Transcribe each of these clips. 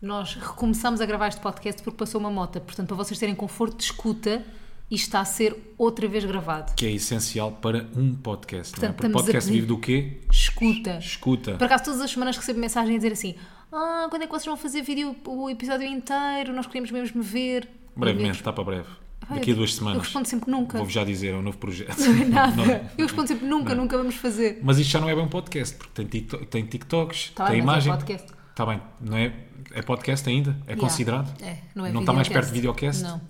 nós recomeçamos a gravar este podcast porque passou uma mota. Portanto, para vocês terem conforto de escuta, isto está a ser outra vez gravado. Que é essencial para um podcast. não é? Portanto, estamos Porque o a podcast pedir- vive do quê? Escuta. Escuta. Por acaso, todas as semanas recebo mensagem a dizer assim: Ah, quando é que vocês vão fazer vídeo o episódio inteiro? Nós queremos mesmo me ver. Brevemente, está para breve. Ah, Daqui a eu- duas Eu semanas. respondo sempre nunca. Vou-vos já dizer, é um novo projeto. Nada. Não- Eu respondo sempre nunca, nunca vamos fazer. Mas isto já não é bem um podcast, porque tem, tikto- tem TikToks, Tá tem bem, mas é imagem. podcast. Está bem, não é? É podcast ainda? É considerado? É, não é está mais videocast. perto de videocast? Não.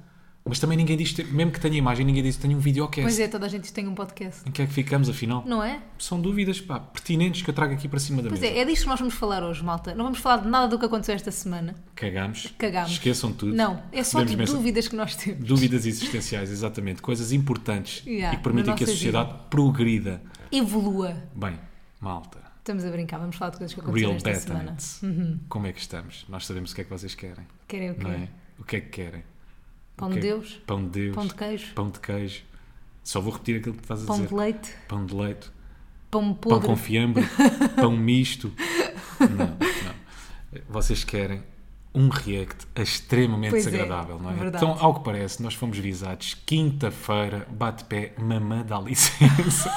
Mas também ninguém diz, mesmo que tenha imagem, ninguém diz que tenha um videocast. Pois é, toda a gente tem um podcast. Em que é que ficamos, afinal? Não é? São dúvidas pá, pertinentes que eu trago aqui para cima da Pois mesa. é, é disto que nós vamos falar hoje, malta. Não vamos falar de nada do que aconteceu esta semana. Cagamos. Cagamos. Esqueçam tudo. Não, é só de Recebemos mensa- dúvidas que nós temos. Dúvidas existenciais, exatamente. Coisas importantes Yeah, e que permitem na que a nossa sociedade progrida. Evolua. Bem, malta, Estamos a brincar, vamos falar de coisas que aconteceram real esta semana. detonantes. Como é que estamos? Nós sabemos o que é que vocês querem, Querem o quê? não é? O que é que querem? Pão O de que é- Deus? Pão de Deus. Pão de queijo? Pão de queijo. Só vou repetir aquilo que estás a Pão dizer. de leite? Pão de leite. Pão é. Pão podre? com fiambre. pão misto. Não, não. Vocês querem um react extremamente Pois é, desagradável, não é? verdade. Então, ao que parece, nós fomos visados quinta-feira, bate-pé, mamã dá licença.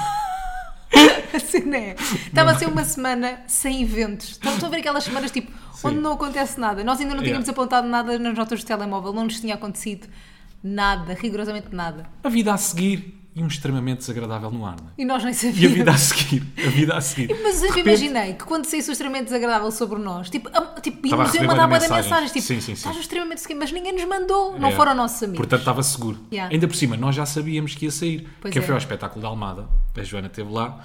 Assim, não é? Estava a ser uma semana sem eventos. Estamos a ver aquelas semanas tipo onde não acontece nada. Nós ainda não tínhamos Yeah. apontado nada nas notas do telemóvel, não nos tinha acontecido nada, rigorosamente nada. A vida a seguir e um extremamente desagradável no ar, não é? E nós nem E a sabíamos. vida a seguir, a vida a seguir. Mas eu De repente, imaginei que quando saísse o extremamente desagradável sobre nós, tipo, a, tipo Estava a íamos receber mandar boa bué de de mensagens, mensagens. tipo, Sim, sim, sim. estás extremamente seguro", mas ninguém nos mandou, não é, foram nossos amigos. Portanto, estava seguro. Yeah. Ainda por cima, nós já sabíamos que ia sair. Pois Quem é. foi ao espetáculo da Almada, a Joana esteve lá,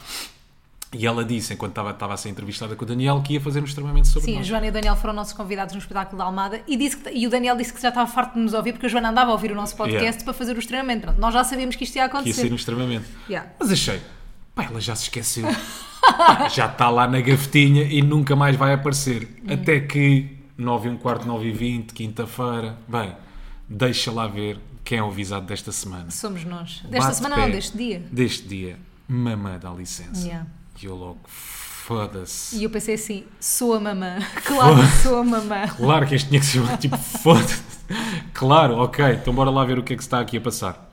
e ela disse, enquanto estava, estava a ser entrevistada com o Daniel, que ia fazer um extremamente sobre Sim, a nós. Joana e o Daniel foram nossos convidados no espetáculo da Almada e, disse que- e o Daniel disse que já estava farto de nos ouvir porque a Joana andava a ouvir o nosso podcast Yeah. para fazer o extremamente. Pronto, nós já sabíamos que isto ia Que ia acontecer. ser um extremamente. Yeah. Mas achei, pá, ela já se esqueceu. Pá, já está lá na gavetinha e nunca mais vai aparecer. Até que 9 e um quarto, 9 e 20, quinta-feira. Bem, deixa lá ver quem é o visado desta semana. Somos nós. Desta Bate semana pé não, deste dia. Deste dia. Mamã, dá licença. Yeah. E eu logo, foda-se. E eu pensei assim, sou a mamã. Claro que sou a mamã. Claro que este tinha que ser um tipo, foda-se. Claro, ok. Então bora lá ver o que é que se está aqui a passar.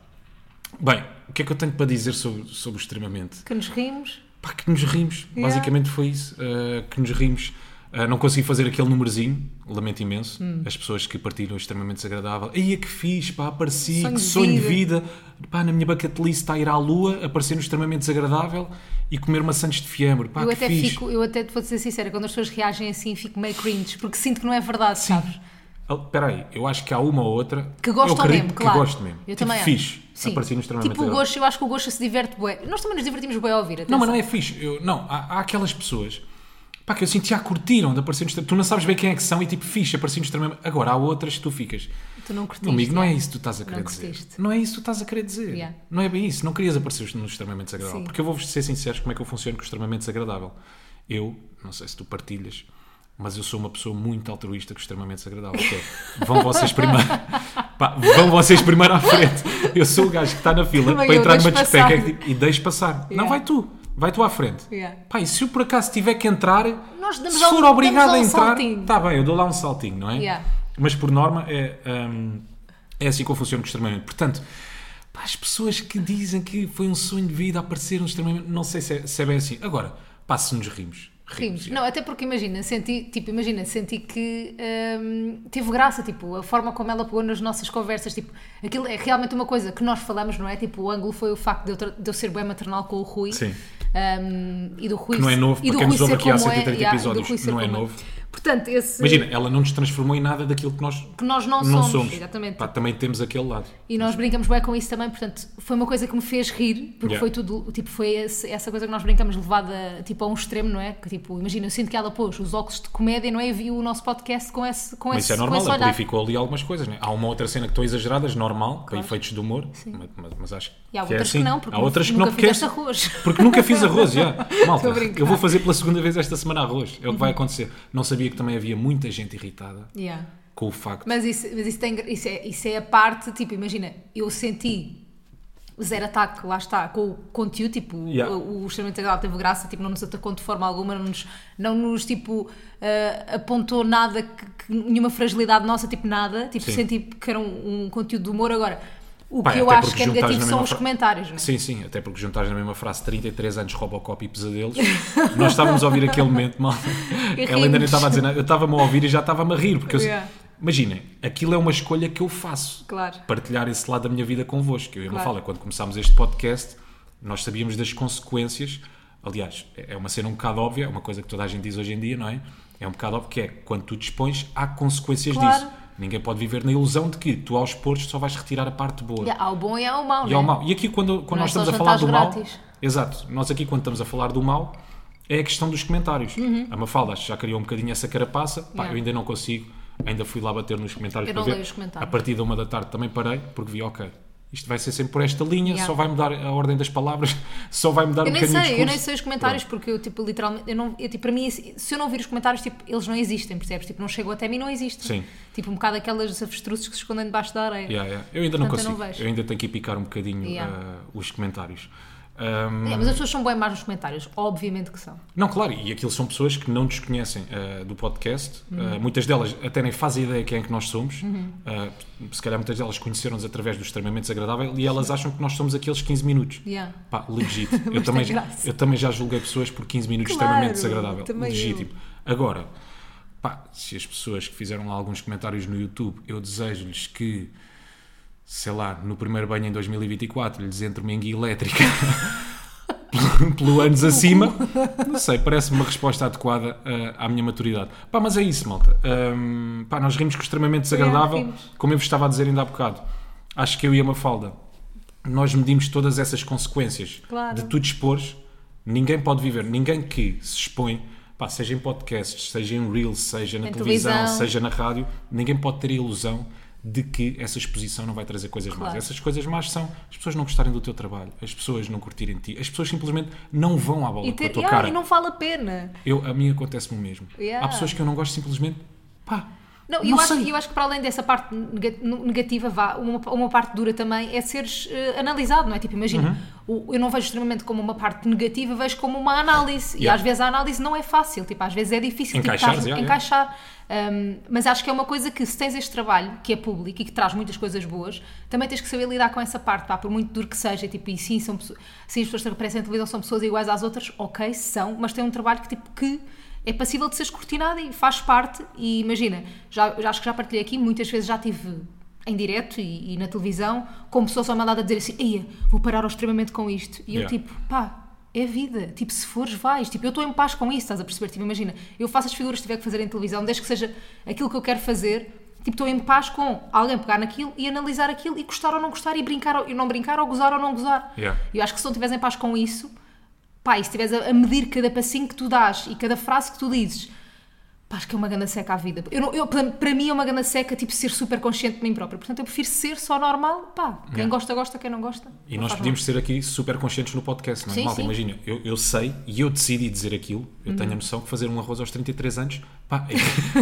Bem, o que é que eu tenho para dizer sobre, sobre o extremamente? Que nos rimos. Pá, que nos rimos. Yeah. Basicamente foi isso. uh, que nos rimos. Uh, não consegui fazer aquele númerozinho, lamento imenso. Hum. As pessoas que partilham é extremamente desagradável. Aí é que fiz, pá, apareci, Sonho que de sonho de vida. Pá, na minha bucket list está a ir à lua, aparecer no extremamente desagradável e comer maçãs de fiambre. Pá, eu que até fiz. fico, eu até te vou ser sincera, quando as pessoas reagem assim, fico meio cringe, porque sinto que não é verdade, sabes? Espera aí, Ah, eu acho que há uma ou outra Que gosto eu acredito mesmo, que claro. gosto mesmo. Eu tipo, também acho. fiz, Sim. apareci no extremamente Tipo o desagradável. Gosto, eu acho que o Gosto se diverte bué. Nós também nos divertimos bué a ouvir, até Não, mas não é fixe. Eu- não, há, há aquelas pessoas pá, que eu senti, já curtiram de aparecer nos Tu não sabes bem quem é que são e tipo, fixe, aparecer nos também. Agora, há outras que tu ficas. Tu não curtiste. Meu amigo, não é yeah. isso que tu estás a querer dizer. curtiste. Não é isso que tu estás a querer dizer. Yeah. Não é bem isso. Não querias aparecer no extremamente desagradável. Sim. Porque eu vou-vos ser sincero como é que eu funciono com o extremamente desagradável. Eu, não sei se tu partilhas, mas eu sou uma pessoa muito altruísta com o extremamente desagradável. que é, vão vocês primeiro. Pá, vão vocês primeiro à frente. Eu sou o gajo que está na fila Também para eu entrar numa deixo discoteca passar. é que tipo, e deixo passar. Não Yeah. vai tu. Vai tu à frente. Yeah. Pá, e se eu por acaso tiver que entrar, Nós damos se lá um- for damos obrigado lá a um entrar, saltinho. Está bem, eu dou lá um saltinho, não é? Yeah. Mas por norma é, hum, é assim que eu funciono com o extremamente. Portanto, pá, as pessoas que dizem que foi um sonho de vida aparecer no extremamente, não sei se é, se é bem assim. Agora, pá, se nos rimos. Rimos. Não, até porque imagina, senti, tipo, imagina, senti que hum, teve graça, tipo, a forma como ela pegou nas nossas conversas, tipo, aquilo é realmente uma coisa que nós falamos, não é? Tipo, o ângulo foi o facto de eu, tra- de eu ser bem maternal com o Rui. Sim. Hum, e do Rui Que não é novo, e para do quem Rui nos ouve ser aqui há como 130 é, yeah, e do episódios, Rui ser não é como novo. Portanto, esse Imagina, ela não nos transformou em nada daquilo que nós que nós não, não somos, somos. exatamente. Pá, também temos aquele lado. E nós brincamos bem com isso também, portanto, foi uma coisa que me fez rir, porque Yeah. foi tudo, tipo, foi esse- essa coisa que nós brincamos levada, tipo, a um extremo, não é? Que, tipo, imagina, eu sinto que ela pôs os óculos de comédia, não é? E viu o nosso podcast com esse com Mas esse, isso é normal, com esse ela olhar. amplificou ali algumas coisas, né? Há uma outra cena que estão exageradas, normal, para efeitos de humor, mas, mas- mas acho E há que é outras assim. que não, porque há outras que nunca não, porque fizeste é- arroz. Porque nunca fiz arroz, já. Malta, Estou a brincar. eu vou fazer pela segunda vez esta semana arroz. É o que vai acontecer. Não sabia que também havia muita gente irritada Yeah. com o facto. Mas, isso, mas isso, tem, isso, é, isso é a parte, tipo, imagina, eu senti zero ataque, lá está, com o conteúdo, tipo, Yeah. o, o extremamente agradável teve graça, tipo, não nos atacou de forma alguma, não nos, não nos tipo, eh, apontou nada, que, que- nenhuma fragilidade nossa, tipo, nada, tipo, Sim. senti que era um, um conteúdo de humor agora. O Pá, que eu até acho porque que é juntares negativo na são mesma os fra- comentários, não é? Sim, sim, até porque juntares na mesma frase 33 anos, Robocop e pesadelos. Nós estávamos a ouvir aquele momento, mal. E Ela ainda nem rimos. estava a dizer nada. Eu estava-me a ouvir e já estava-me a rir. Porque eu- Yeah. Imaginem, aquilo é uma escolha que eu faço. Claro. Partilhar esse lado da minha vida convosco. Eu e a Claro. Mafalda, quando começámos este podcast, nós sabíamos das consequências. Aliás, é é uma cena um bocado óbvia, é uma coisa que toda a gente diz hoje em dia, não é? É um bocado óbvio que é, quando tu dispões, há consequências Claro. disso. Ninguém pode viver na ilusão de que tu, aos pôres, só vais retirar a parte boa. Yeah, há o bom e há o mau, E não é? ao mal. E aqui quando, quando Não é nós só estamos a os falar do mal. jantares grátis. Exato. Nós aqui quando estamos a falar do mal é a questão dos comentários. A Mafalda acho que já criou um bocadinho essa carapaça. Pá, Uhum. Yeah. eu ainda não consigo. Ainda fui lá bater nos comentários Eu para não ver. leio os comentários. A partir da uma da tarde também parei, porque vi, ok, isto vai ser sempre por esta linha, Yeah. só vai mudar a ordem das palavras, só vai mudar Eu um nem bocadinho o sei, eu nem discurso. sei os comentários porque eu, tipo, literalmente, eu não, eu, tipo, para mim, se se eu não vir os comentários, tipo, eles não existem, percebes? Tipo, não chegam até mim, não existem. Sim. Tipo, um bocado aquelas avestruzes que se escondem debaixo da areia. Yeah, yeah. Eu ainda não Portanto, eu não consigo. vejo. eu ainda tenho que ir picar um bocadinho Yeah. ah, os comentários. Ahm, É, mas as pessoas são bem más nos comentários, obviamente que são. Não, claro, e aquilo são pessoas que não nos conhecem ah, do podcast. Ah, muitas delas até nem fazem ideia quem é que nós somos. Ah, se calhar muitas delas conheceram-nos através do extremamente desagradável e elas acham que nós somos aqueles 15 minutos. Yeah. Pá, legit. eu, também, tem graça. eu também já julguei pessoas por 15 minutos Claro, extremamente desagradável. também eu. Legítimo. Agora, pá, se as pessoas que fizeram lá alguns comentários no YouTube, eu desejo-lhes que, sei lá, no primeiro banho em 2024 lhes entre uma enguia elétrica pelo- pelo anos acima. Não sei, parece-me uma resposta adequada ah, à minha maturidade. Pá, mas é isso, malta. Ahm, pá, nós rimos com extremamente desagradável. rimos. como eu vos estava a dizer ainda há bocado, acho que eu e a Mafalda, nós medimos todas essas consequências Claro. de tu dispores. Ninguém pode viver, ninguém que se expõe, pá, seja em podcasts, seja em reels, seja na Em televisão, televisão. seja na rádio, ninguém pode ter a ilusão de que essa exposição não vai trazer coisas Claro. más. Essas coisas más são as pessoas não gostarem do teu trabalho, as pessoas não curtirem de ti, as pessoas simplesmente não vão à bola E, com a ter, tua Ah, cara. e não vale a pena. Eu, a mim acontece-me o mesmo. Yeah. Há pessoas que eu não gosto simplesmente, pá, Não, não, eu, acho, sei. eu acho que para além dessa parte nega- negativa, vá, uma, uma parte dura também é seres eh, analisado, não é? Tipo, imagina, Uhum. o- eu não vejo extremamente como uma parte negativa, vejo como uma análise. E Yeah. às vezes a análise não é fácil, tipo, às vezes é difícil tipo, Encaixar, estás- yeah, yeah. encaixar. Um, mas acho que é uma coisa que se tens este trabalho, que é público e que traz muitas coisas boas, também tens que saber lidar com essa parte, pá, por muito duro que seja. Tipo, e sim, são pessoas, sim, as pessoas que aparecem na televisão são pessoas iguais às outras, ok, são, mas tem um trabalho que tipo que é passível de ser escrutinado e faz parte. E imagina, já, já acho que já partilhei aqui, muitas vezes já tive em direto e, e na televisão, com pessoas só mandadas a dizer assim, Eia, vou parar ao extremamente com isto. E eu Yeah. tipo, tipo, pá, é vida. Tipo, se fores, vais. Tipo, eu estou em paz com isso, estás a perceber? Tipo, imagina, eu faço as figuras que tiver que fazer em televisão, desde que seja aquilo que eu quero fazer. Tipo, estou em paz com alguém pegar naquilo e analisar aquilo e gostar ou não gostar e brincar ou e não brincar ou gozar ou não gozar. Yeah. E Eu acho que se não estiveres em paz com isso, pá, e se estiveres a, a medir cada passinho que tu dás e cada frase que tu dizes, pá, acho que é uma ganda seca a vida. Eu não- eu- para, para mim é uma ganda seca, tipo, ser super consciente de mim própria. Portanto, eu prefiro ser só normal, pá. Quem gosta, gosta. Quem não gosta, E não faz nós mal. podíamos ser aqui super conscientes no podcast, não é? Sim, Malta, sim. Uhum. imagina, eu, eu sei e eu decidi dizer aquilo, eu tenho a noção que fazer um arroz aos 33 anos, pá,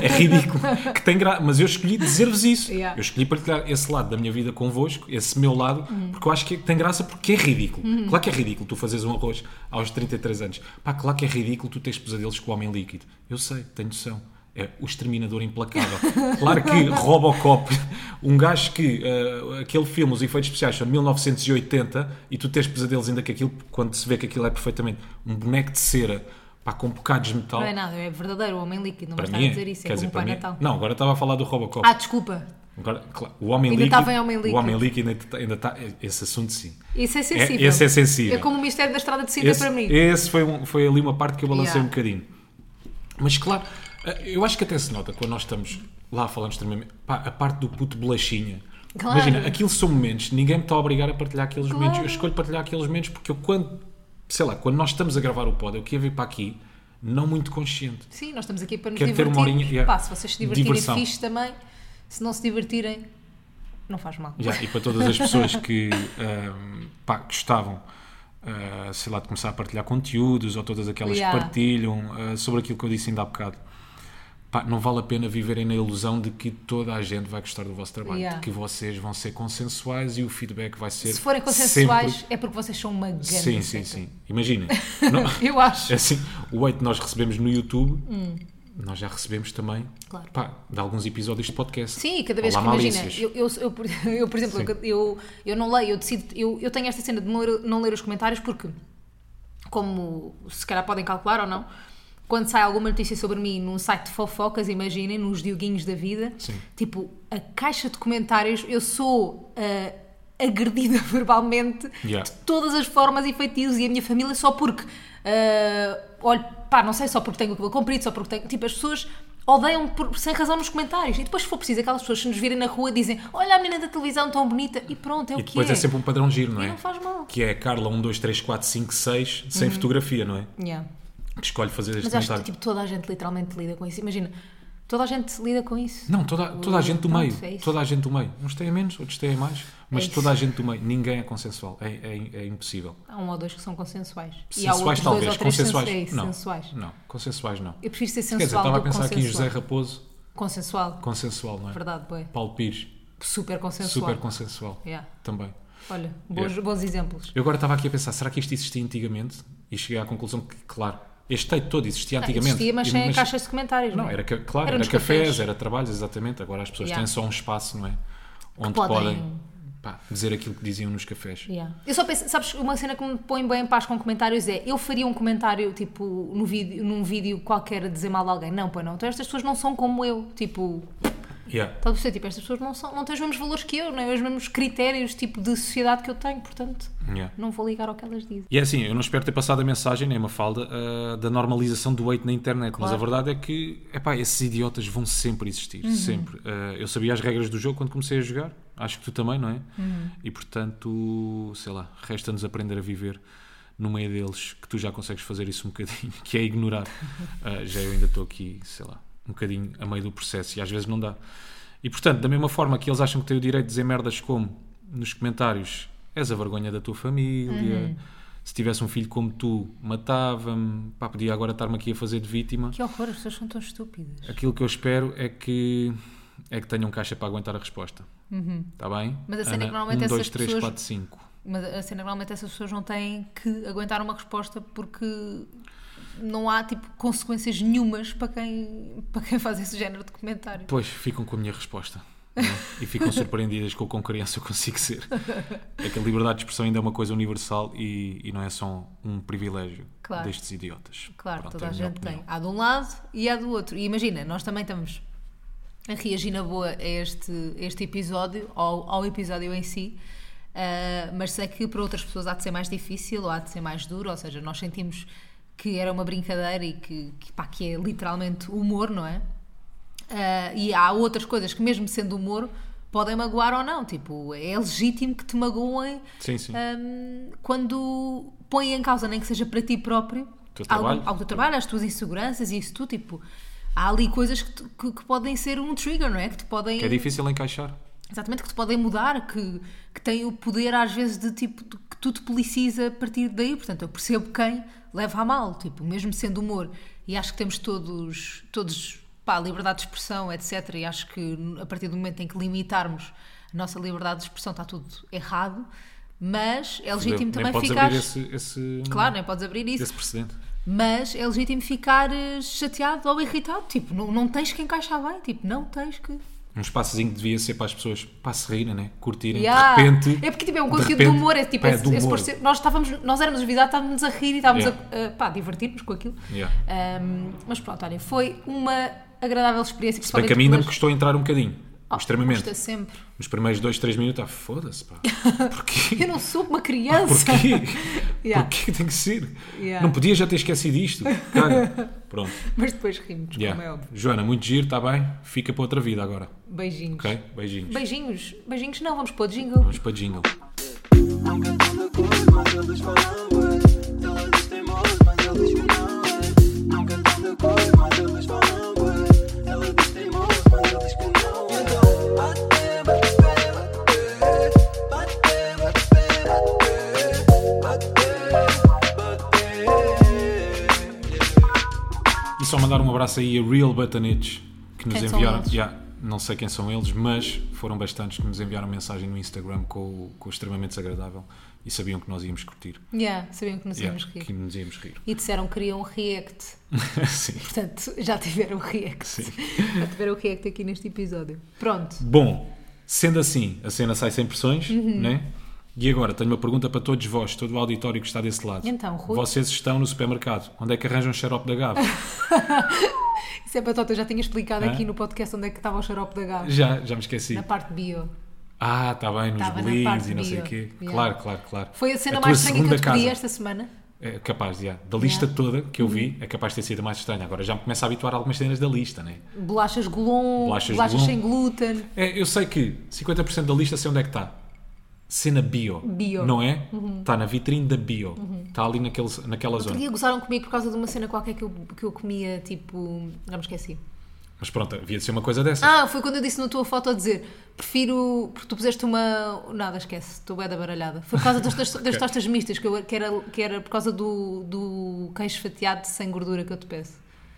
é, é ridículo, que tem graça, mas eu escolhi dizer-vos isso. Yeah. Eu escolhi partilhar esse lado da minha vida convosco, esse meu lado, porque eu acho que tem graça porque é ridículo. Claro que é ridículo tu fazeres um arroz aos 33 anos. Pá, claro que é ridículo tu teres pesadelos com o homem líquido. Eu sei, tenho noção. É o exterminador implacável. Claro que Robocop, um gajo que ah, aquele filme, os efeitos especiais são de 1980 e tu tens pesadelos ainda que aquilo, quando se vê que aquilo é perfeitamente um boneco de cera pá, com bocados de metal. Não é nada, é verdadeiro, o homem líquido, não vais estar Para mim a é. dizer isso, é Quer dizer, como o para Pai mim, Natal. não, agora estava a falar do Robocop. Ah, desculpa, Agora, claro, o homem Ainda líquido. estava em homem líquido. O homem líquido ainda está. ainda está- esse assunto sim. isso é sensível. É- esse é sensível. É como o mistério da estrada de Sintra Esse, para mim. esse foi, um- foi ali uma parte que eu balancei Yeah. um bocadinho. Mas claro, eh, eu acho que até se nota quando nós estamos lá falando extremamente. Pá, a parte do puto bolachinha. Claro. Imagina, aquilo são momentos, ninguém me está a obrigar a partilhar aqueles Claro. momentos. Eu escolho partilhar aqueles momentos porque eu, quando, sei lá, quando nós estamos a gravar o pod, eu queria vir para aqui, não muito consciente. Sim, nós estamos aqui para nos Quero ter divertir. uma horinha, yeah. Pá, se vocês se divertirem, Diversão. fixe também. Se não se divertirem, não faz mal. Já, e para todas as pessoas que ahm, pá, gostavam, ah, sei lá, de começar a partilhar conteúdos ou todas aquelas Yeah. que partilham ah, sobre aquilo que eu disse ainda há bocado. pá, não vale a pena viverem na ilusão de que toda a gente vai gostar do vosso trabalho, Yeah. de que vocês vão ser consensuais e o feedback vai ser. Se forem consensuais, sempre- é porque vocês são uma grande Sim, seca. sim, sim. Imaginem. Não- Eu acho. É assim, o 8 nós recebemos no YouTube, nós já recebemos também Hum. Claro. pá, de alguns episódios de podcast. Sim, cada vez Olá, que imagina, malícias. eu, eu, eu, por- eu, por exemplo, eu, eu, eu não leio, eu decido, eu, eu tenho esta cena de não ler, não ler os comentários porque, como se calhar podem calcular ou não, quando sai alguma notícia sobre mim num site de fofocas, imaginem, nos dioguinhos da vida, Sim. tipo, a caixa de comentários, eu sou ah, agredida verbalmente Yeah. de todas as formas e feitios e a minha família só porque ah, olha, pá, não sei, só porque tenho o cabelo comprido, só porque tenho, tipo, as pessoas odeiam por, sem razão nos comentários e depois se for preciso aquelas pessoas que nos virem na rua dizem olha a menina da televisão tão bonita e pronto, é o E que depois é. é sempre um padrão giro, não E é? não faz mal. Que é Carla 1, 2, 3, 4, 5, 6, sem fotografia, não é? Yeah. Que escolhe fazer este Uhum. Mas acho que comentário. tipo, toda a gente literalmente lida com isso, imagina, toda a gente lida com isso. Não, toda, toda a Uh, gente do pronto, meio. é isso. É toda a gente do meio. Uns têm menos, outros têm mais, mas isso. toda a gente do meio. Ninguém é consensual. É, é, é impossível. Há um ou dois que são consensuais. e há Sensuais outros talvez, dois ou três sensuais. consensuais. É isso, não, sensuais. não, consensuais não. Eu prefiro ser sensual Quer dizer, estava a do que pensar aqui em consensual. José Raposo, Consensual, consensual, não é? verdade, boi. Paulo Pires, Super consensual. super consensual. Yeah. Também. Olha, bons, bons exemplos. Eu agora estava aqui a pensar, será que isto existia antigamente? E cheguei à conclusão que, claro, este teito todo existia antigamente. Ah, Existia, mas E- sem caixas de comentários. Não, era, ca- claro, Era era, nos cafés, cafés. era trabalhos, exatamente. Agora as pessoas Yeah. têm só um espaço, não é? Onde podem- podem, pá, dizer aquilo que diziam nos cafés. Yeah. Eu só penso, sabes, uma cena que me põe bem em paz com comentários é eu faria um comentário, tipo, no vídeo, num vídeo qualquer a dizer mal a alguém. Não, pá, não. Então estas pessoas não são como eu. Tipo, Yeah. estás a perceber? Tipo, estas pessoas não, são, não têm os mesmos valores que eu, nem os mesmos critérios, tipo, de sociedade que eu tenho. Portanto, Yeah. não vou ligar ao que elas dizem. E é assim, eu não espero ter passado a mensagem, nem uma falda, ah, da normalização do hate na internet, mas Claro. Uhum. a verdade é que, epá, esses idiotas vão sempre existir, sempre. Ah, eu sabia as regras do jogo quando comecei a jogar, acho que tu também, não é? Uhum. E portanto, sei lá, resta-nos aprender a viver no meio deles, que tu já consegues fazer isso um bocadinho, que é ignorar. Ah, já eu ainda estou aqui, sei lá, um bocadinho a meio do processo e às vezes não dá. E portanto, da mesma forma que eles acham que têm o direito de dizer merdas como nos comentários és a vergonha da tua família, Uhum. se tivesse um filho como tu, matava-me, pá, podia agora estar-me aqui a fazer de vítima. Que horror, as pessoas são tão estúpidas. Aquilo que eu espero é que é que tenham caixa para aguentar a resposta. Está bem? Uhum. Mas a cena é que normalmente 1, essas 2, 3, pessoas- 4, 5. Mas a cena normalmente essas pessoas não têm que aguentar uma resposta porque não há tipo consequências nenhumas para quem, para quem faz esse género de comentário. Pois, ficam com a minha resposta. não é? E ficam surpreendidas com o quão criança eu consigo ser. É que a liberdade de expressão ainda é uma coisa universal e, e não é só um privilégio Claro. destes idiotas. Claro, Pronto, toda é a minha gente opinião. tem. Há de um lado e há do outro. E imagina, nós também estamos a reagir na boa a este, a este episódio, ao, ao episódio em si, ah, mas sei que para outras pessoas há de ser mais difícil ou há de ser mais duro, ou seja, nós sentimos que era uma brincadeira e que, que, pá, que é literalmente humor, não é? Ah, e há outras coisas que, mesmo sendo humor, podem magoar ou não. Tipo, é legítimo que te magoem Sim, sim. Hum, quando põe em causa, nem que seja para ti próprio, Teu algo, trabalho. algo do trabalho, as tuas inseguranças e isso tudo, tipo, há ali coisas que, tu- que- que podem ser um trigger, não é? Que te podem. Que é difícil encaixar. Exatamente, que te podem mudar, que, que têm o poder às vezes de tipo, de- que tu te policias a partir daí. Portanto, eu percebo quem leva a mal, tipo, mesmo sendo humor. E acho que temos todos, todos, pá, liberdade de expressão, etc. E acho que a partir do momento em que limitarmos a nossa liberdade de expressão está tudo errado. Mas é legítimo Nem também podes ficar. abrir esse, esse, Claro, nem podes abrir isso. esse precedente. Mas é legítimo ficar eh, chateado ou irritado. Tipo, não, não tens que encaixar bem. Tipo, não tens que. Um espaçozinho que devia ser para as pessoas para se rirem, né? curtirem. Yeah. De repente. é porque tipo, é um de conteúdo repente, de humor, é tipo, pá, é esse- do esse humor. parecer- nós, estávamos, nós éramos convidados, estávamos a rir e estávamos Yeah. a eh, pá, divertir-nos com aquilo. Yeah. Ahm, mas pronto, olha, foi uma agradável experiência. Se bem que a mim ainda me custou entrar um bocadinho. Oh, extremamente. Custa sempre. Nos primeiros 2, 3 minutos, ah, foda-se, pá. Porquê? Eu não sou uma criança. Porquê? Yeah. Porquê que tem que ser? Yeah. Não podia já ter esquecido isto. Caga. Pronto. Mas depois rimos, como é Yeah. óbvio. Joana, muito giro, está bem? Fica para outra vida agora. Beijinhos. Ok? Beijinhos. Beijinhos? Beijinhos não, vamos pôr jingle. Vamos para jingle. Nunca tão de acordo, mas eles falam bué. Elas dizem moço, mas eles que não é. Nunca tão de acordo, mas eles falam bué. Elas dizem moço, mas eles que não é. Então, bate, bate, bate, bate. Bate, bate, bate, bate, bate. E se só mandar um abraço aí a Real Buttonage que nos Quem são enviaram. eles? Já, não sei quem são eles, mas foram bastantes que nos enviaram mensagem no Instagram com, o- com o extremamente desagradável e sabiam que nós íamos curtir. Yeah, sabiam que nós Uhum. Yeah, íamos rir. que nos íamos rir. E disseram que queriam um react. Sim. Portanto, já tiveram react. Sim. Já tiveram react aqui neste episódio. Pronto. Bom, sendo assim, a cena sai sem pressões, Uhum. né? E agora, tenho uma pergunta para todos vós, todo o auditório que está desse lado. Então, Rui? Vocês estão no supermercado. Onde é que arranjam xarope da Gave? Isso é batota, eu já tinha explicado Hã? aqui no podcast onde é que estava o xarope da gás. já, já me esqueci. Na parte bio. Ah, está bem, nos Tava na bolinhos parte e não sei o bio. quê. Yeah. Claro, claro, claro. Foi a cena tua mais estranha que eu segunda te casa. pedi esta semana. É capaz, já. Da lista Yeah. Uhum. toda que eu vi, é capaz de ter sido a mais estranha. Agora já me começo a habituar a algumas cenas da lista, né? Bolachas Golon, bolachas, Bolachas Golon. sem glúten. É, eu sei que 50% da lista sei onde é que está. Cena bio. Bio. Uhum. Não é? Está na vitrine da bio. Está ali naquele, naquela zona. E gozaram comigo por causa de uma cena qualquer que eu, que eu comia, tipo. Já me esqueci. Mas pronto, havia de ser uma coisa dessas. Ah, foi quando eu disse na tua foto a dizer prefiro. Porque tu puseste uma. Nada, esquece, estou bué da baralhada. Foi por causa das, das, das tostas mistas, que, eu, que, era, que era por causa do, do queijo fatiado sem gordura que eu te peço.